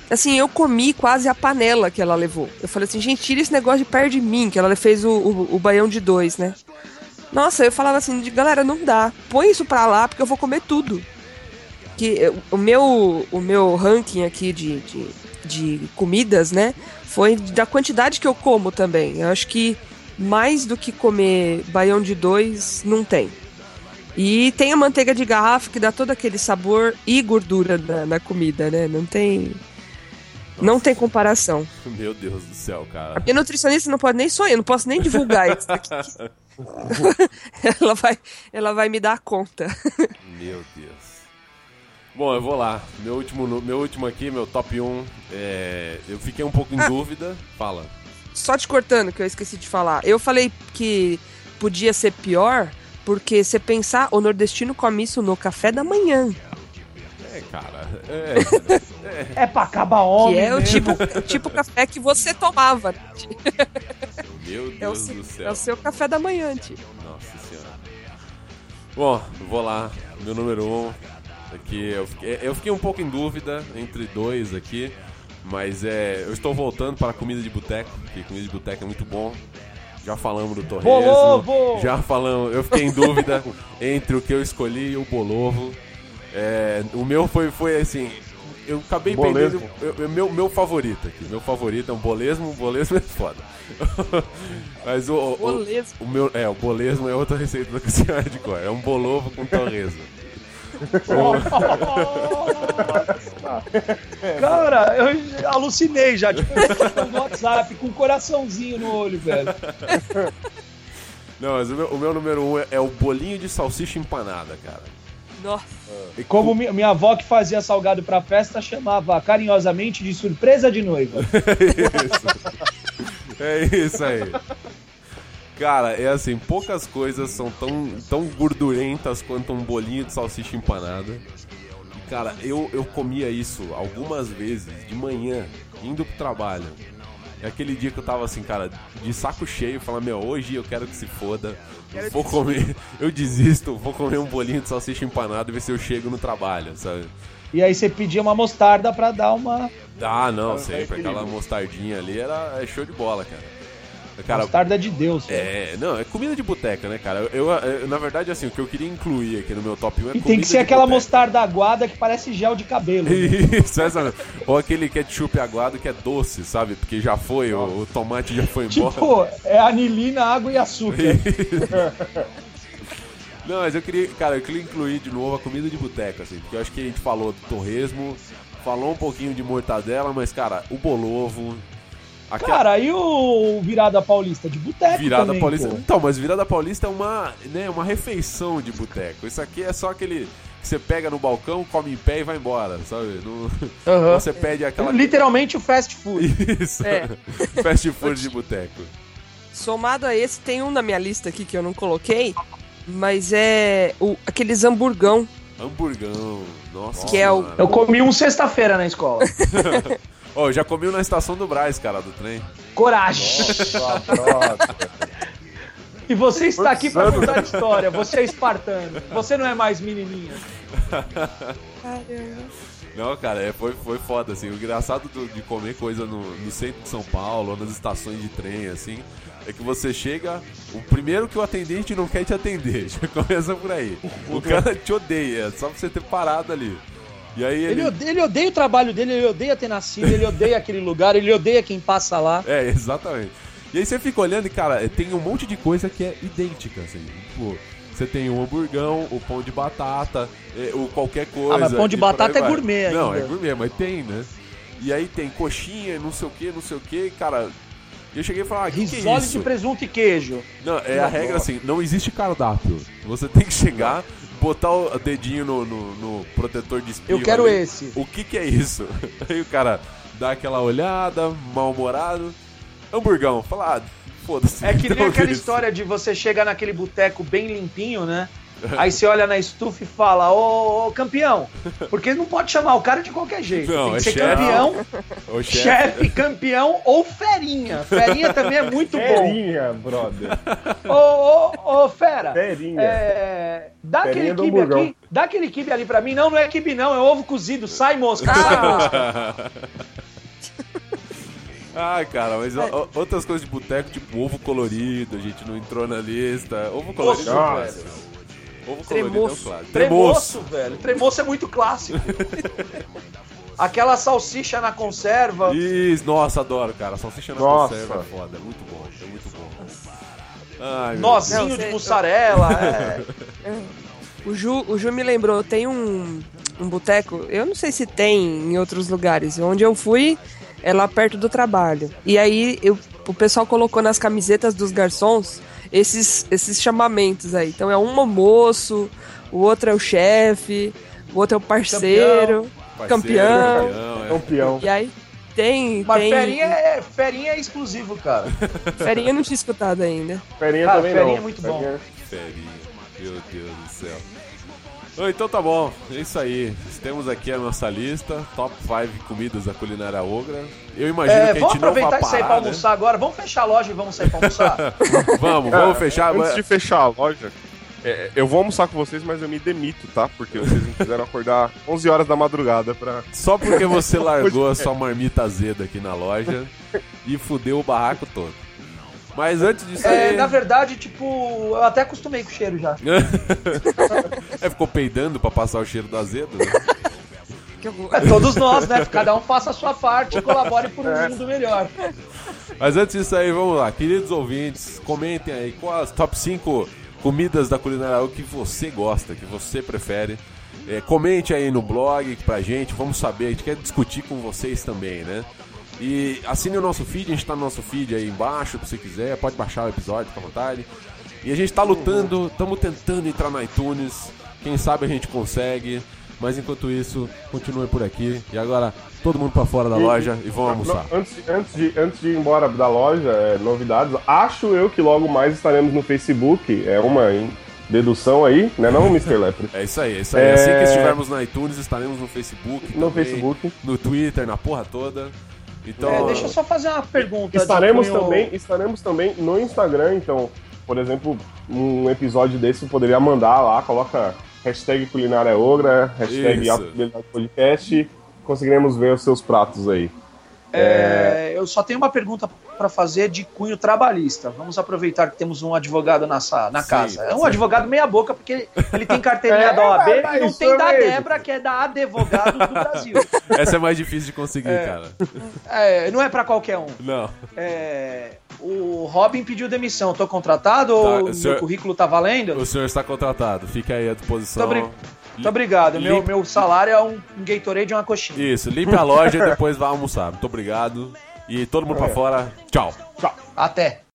S2: Assim, eu comi quase a panela que ela levou. Eu falei assim, gente, tira esse negócio de perto de mim, que ela fez o, o, o baião de dois, né? Nossa, eu falava assim, de- galera, não dá. Põe isso pra lá, porque eu vou comer tudo que eu- o meu, o meu ranking aqui de, de, de comidas, né, foi da quantidade que eu como também. Eu acho que mais do que comer baião de dois, não tem. E tem a manteiga de garrafa que dá todo aquele sabor e gordura na, na comida, né? Não tem. Não tem comparação.
S1: Meu Deus do céu, cara.
S2: E nutricionista não pode nem sonhar, não posso nem divulgar isso daqui. [laughs] ela, vai, ela vai me dar a conta.
S1: Meu Deus. Bom, eu vou lá. Meu último, nu- meu último aqui, meu top 1. É... Eu fiquei um
S2: Ah.
S1: pouco em dúvida. Fala.
S2: Só te cortando, que eu esqueci de falar. Eu falei que podia ser pior, porque você pensar, o nordestino come isso no café da manhã.
S1: É, cara.
S2: [laughs]
S1: É,
S4: É pra acabar
S2: Que
S4: homem.
S2: é o
S4: né?
S2: tipo, o tipo café que você tomava.
S1: meu
S2: É o,
S1: Deus do
S2: se- é
S1: céu.
S2: o seu café da manhã, tio.
S1: Nossa senhora. Bom, eu vou lá. Meu número 1. Um, aqui, eu, fiquei, eu fiquei um pouco em dúvida entre dois aqui. Mas é, eu estou voltando para a comida de boteco, porque comida de boteco é muito bom. Já falamos do torresmo.
S4: Bolovo!
S1: Já falamos. Eu fiquei em dúvida entre o que eu escolhi e o bolovo. É, o meu foi, foi assim... eu acabei
S3: Bolesmo.
S1: perdendo. eu- eu- meu, meu favorito aqui. Meu favorito é um bolesmo. Bolesmo é foda. [laughs] Mas o. o- o-
S2: Bolesmo.
S1: O, meu, é, o bolesmo é outra receita da cozinha de cor. É um bolovo com torresmo.
S4: [laughs] Cara, eu alucinei já. Tipo, no WhatsApp com um coraçãozinho no olho, velho.
S1: Não, mas o meu, o meu número um é, é o bolinho de salsicha empanada, cara.
S2: Nossa.
S1: E
S4: Como mi- minha avó que fazia salgado pra festa chamava carinhosamente de surpresa de noiva.
S1: É isso aí. Cara, é assim, poucas coisas são tão, tão gordurentas quanto um bolinho de salsicha empanada. E, cara, eu, eu comia isso algumas vezes de manhã, indo pro trabalho. É aquele dia que eu tava assim, cara, de saco cheio, falando, meu, hoje eu quero que se foda.
S2: Quero
S1: Vou comer, [laughs] eu desisto, vou comer um bolinho de salsicha empanada e ver se eu chego no trabalho, sabe?
S4: E aí você pedia uma mostarda pra dar uma.
S1: Ah, não,
S3: é
S1: sempre.
S3: equilíbrio.
S1: Aquela mostardinha ali era é show de bola, cara. Cara,
S4: mostarda de Deus. velho.
S1: É, não, é comida de boteca, né, cara? Eu, eu- eu, na verdade, assim, o que eu queria incluir aqui no meu top 1 é
S4: E
S1: comida
S4: tem que ser
S1: de
S4: aquela
S1: boteca.
S4: mostarda aguada que parece gel de cabelo.
S1: [laughs] Isso, essa mesmo. Ou aquele ketchup aguado que é doce, sabe? Porque já foi, o, o tomate já foi embora.
S4: Tipo, é anilina, água e açúcar.
S1: Não, mas eu queria, cara, eu queria incluir de novo a comida de boteca, assim, porque eu acho que a gente falou do torresmo, falou um pouquinho de mortadela, mas, cara, o bolovo. Aquela...
S4: Cara, e o virada paulista de
S2: É
S4: boteco
S1: Virada
S4: também,
S1: paulista.
S4: pô?
S1: Então, mas virada paulista é uma, né, uma refeição de boteco. Isso aqui é só aquele que você pega no balcão, come em pé e vai embora, sabe? Não-
S4: Aham.
S1: Você pede é aquela
S4: Literalmente o fast food.
S1: [laughs] isso.
S2: Ah. É.
S1: Fast food de boteco.
S2: Somado a esse, tem um na minha lista aqui que eu não coloquei, mas é o, aqueles hamburgão,
S1: Hamburgão. Nossa.
S2: Que é o-
S1: senhora.
S4: Eu comi um sexta-feira na escola.
S1: Ó, eu já comi um na estação do Brás, cara, do trem.
S4: Coragem. E você está aqui para contar a história. Você é espartano. Você não é mais menininha.
S1: Não, cara, é, foi, foi foda, assim. O engraçado do- de comer coisa no, no centro de São Paulo, ou nas estações de trem, assim, é que você chega, o primeiro que o atendente não quer te atender, [laughs] já começa por aí. O cara te odeia, só pra você ter parado ali. E aí ele...
S4: Ele odeia, ele odeia o trabalho dele, ele odeia ter nascido, ele odeia aquele lugar, ele odeia quem passa lá.
S1: É, exatamente. E aí você fica olhando e, cara, tem um monte de coisa que é idêntica, assim. Tipo, você tem o hamburgão, o pão de batata, é, o qualquer coisa.
S4: Ah, mas pão de
S1: e por aí
S4: batata é
S1: vai.
S4: gourmet ainda.
S1: Não, é gourmet, mas tem, né? E aí tem coxinha, não sei o que, não sei o que, cara... E eu cheguei e falei, ah, que, que é
S4: Risole de
S1: isso?
S4: presunto e queijo.
S1: Não, é a regra assim, não existe cardápio. Você tem que chegar, botar o dedinho no, no- no protetor de espinho.
S4: Eu quero
S1: ali.
S4: esse.
S1: O que que é isso? [laughs] Aí o cara dá aquela olhada, mal-humorado. Hamburgão, fala, ah, foda-se.
S4: É que nem
S1: então
S4: aquela
S1: isso.
S4: história de você chegar naquele boteco bem
S1: [laughs]
S4: limpinho, né? Aí você olha na estufa e fala, ô, ô, campeão, porque não pode chamar o cara de qualquer jeito.
S1: Não,
S4: Tem que
S1: é
S4: ser
S1: chefe.
S4: campeão,
S1: Ô, chefe.
S4: chefe, campeão ou ferinha. Ferinha também é muito bom.
S3: Ferinha, brother.
S4: Ô, ô, ô, fera.
S3: Ferinha.
S4: É, dá
S3: Ferinha
S4: aquele
S3: do
S4: kibe
S3: hamburgão.
S4: aqui, dá aquele kibe ali pra mim. Não, não é kibe não, é ovo cozido. Sai, mosca,
S1: [laughs]
S4: sai, mosca.
S1: Ah, cara, mas ó, ó, outras coisas de boteco, tipo ovo colorido, a gente não entrou na lista. Ovo colorido é um
S3: Nossa.
S1: clássico. Ovo colorido é um
S2: Tremoço.
S1: clássico.
S4: Tremoço, velho. Tremoço é muito clássico. Aquela salsicha na conserva.
S1: Isso, nossa, adoro, cara. Salsicha na
S3: Nossa.
S1: conserva é foda. É muito bom, é muito bom. Ai, meu
S4: Nozinho
S2: Não,
S4: de
S2: sei.
S4: mussarela. é.
S2: O Ju, o Ju me lembrou, tem um, um boteco, eu não sei se tem em outros lugares, onde eu fui é lá perto do trabalho. E aí eu- o pessoal colocou nas camisetas dos garçons esses, esses chamamentos aí. Então é um almoço, o outro é o chefe, o outro é o parceiro,
S1: Deus.
S2: campeão.
S1: campeão, é.
S3: Campeão.
S2: E aí tem.
S4: Mas
S2: tem
S4: ferinha é, ferinha é exclusivo, cara.
S2: Ferinha eu não tinha escutado ainda.
S3: Ferinha
S4: Cara,
S3: também
S4: ferinha
S3: não.
S4: é muito
S1: Ferinha. Meu Deus do céu. Ô, Então tá bom, é isso aí. Temos aqui a nossa lista, top 5 comidas da culinária ogra. Eu imagino
S4: É,
S1: que a
S4: vamos
S1: gente não vai
S4: aproveitar
S1: parar,
S4: e sair pra almoçar agora. Vamos fechar a loja e vamos sair
S1: [laughs]
S4: pra almoçar.
S1: né? Vamos,
S3: Cara,
S1: vamos fechar
S3: É, Ah, Antes
S1: agora.
S3: de fechar a loja, é, eu vou almoçar com vocês, mas eu me demito, tá? Porque vocês não quiseram acordar 11 horas da madrugada pra...
S1: Só porque
S3: [laughs]
S1: você largou a sua marmita azeda aqui na loja e fudeu o barraco todo. Mas antes disso
S4: É,
S1: aí... [laughs]
S4: na verdade, tipo, eu até acostumei com o cheiro já.
S1: é, ficou peidando pra passar o cheiro do azedo, né?
S2: que horror.
S4: É, todos nós, né? Cada um faça a sua parte e colabore por
S1: É.
S4: um mundo melhor.
S1: Mas antes disso aí, vamos lá. Queridos ouvintes, comentem aí quais as top 5 comidas da culinária Araújo que você gosta, que você prefere. É, comente aí no blog pra gente, vamos saber, a gente quer discutir com vocês também, né? E assine o nosso feed, a gente tá no nosso feed aí embaixo, se você quiser, pode baixar o episódio, fica à vontade. E a gente tá lutando, estamos tentando entrar na iTunes, quem sabe a gente consegue. Mas enquanto isso, continue por aqui. E agora, todo mundo pra fora da loja e vamos almoçar.
S3: Não, antes, antes, de, antes de ir embora da loja, é, novidades, acho eu que logo mais estaremos no Facebook. É uma hein, dedução aí, né não, Mr. Lepre?
S1: É isso aí, é isso aí.
S3: É.
S1: Assim que estivermos na iTunes, estaremos no Facebook.
S3: No
S1: também,
S3: Facebook.
S1: No Twitter, na porra toda. Então.
S4: É, deixa eu só fazer uma pergunta. de
S3: Estaremos
S4: cunho-
S3: também, estaremos também no Instagram, então, por exemplo, um episódio desse eu poderia mandar lá, coloca hashtag culinária ogra, hashtag
S1: Isso.
S3: Autoridade podcast, conseguiremos ver os seus pratos aí.
S4: É, eu só tenho uma pergunta para fazer de cunho trabalhista. Vamos aproveitar que temos um advogado na, sa- na
S1: Sim,
S4: casa. É um
S1: sim.
S4: advogado meia boca, porque ele, ele tem carteirinha
S3: É,
S4: da OAB
S3: mas
S4: e não
S3: isso
S4: tem da
S3: mesmo.
S4: Debra, que é da Advogados do Brasil.
S1: Essa é mais difícil de conseguir, cara.
S4: É, não é para qualquer um.
S1: Não.
S4: É, o Robin pediu demissão. Tô contratado ou
S1: o
S4: meu
S1: senhor-
S4: currículo tá valendo?
S1: O senhor está contratado. Fica aí à disposição.
S4: Muito obri- Muito obrigado. Meu,
S1: Limpa-
S4: meu salário é um um Gatorade e uma coxinha.
S1: Isso, limpe
S3: É.
S1: a loja e depois vá almoçar. Muito obrigado. E todo mundo pra fora. Tchau.
S4: Até.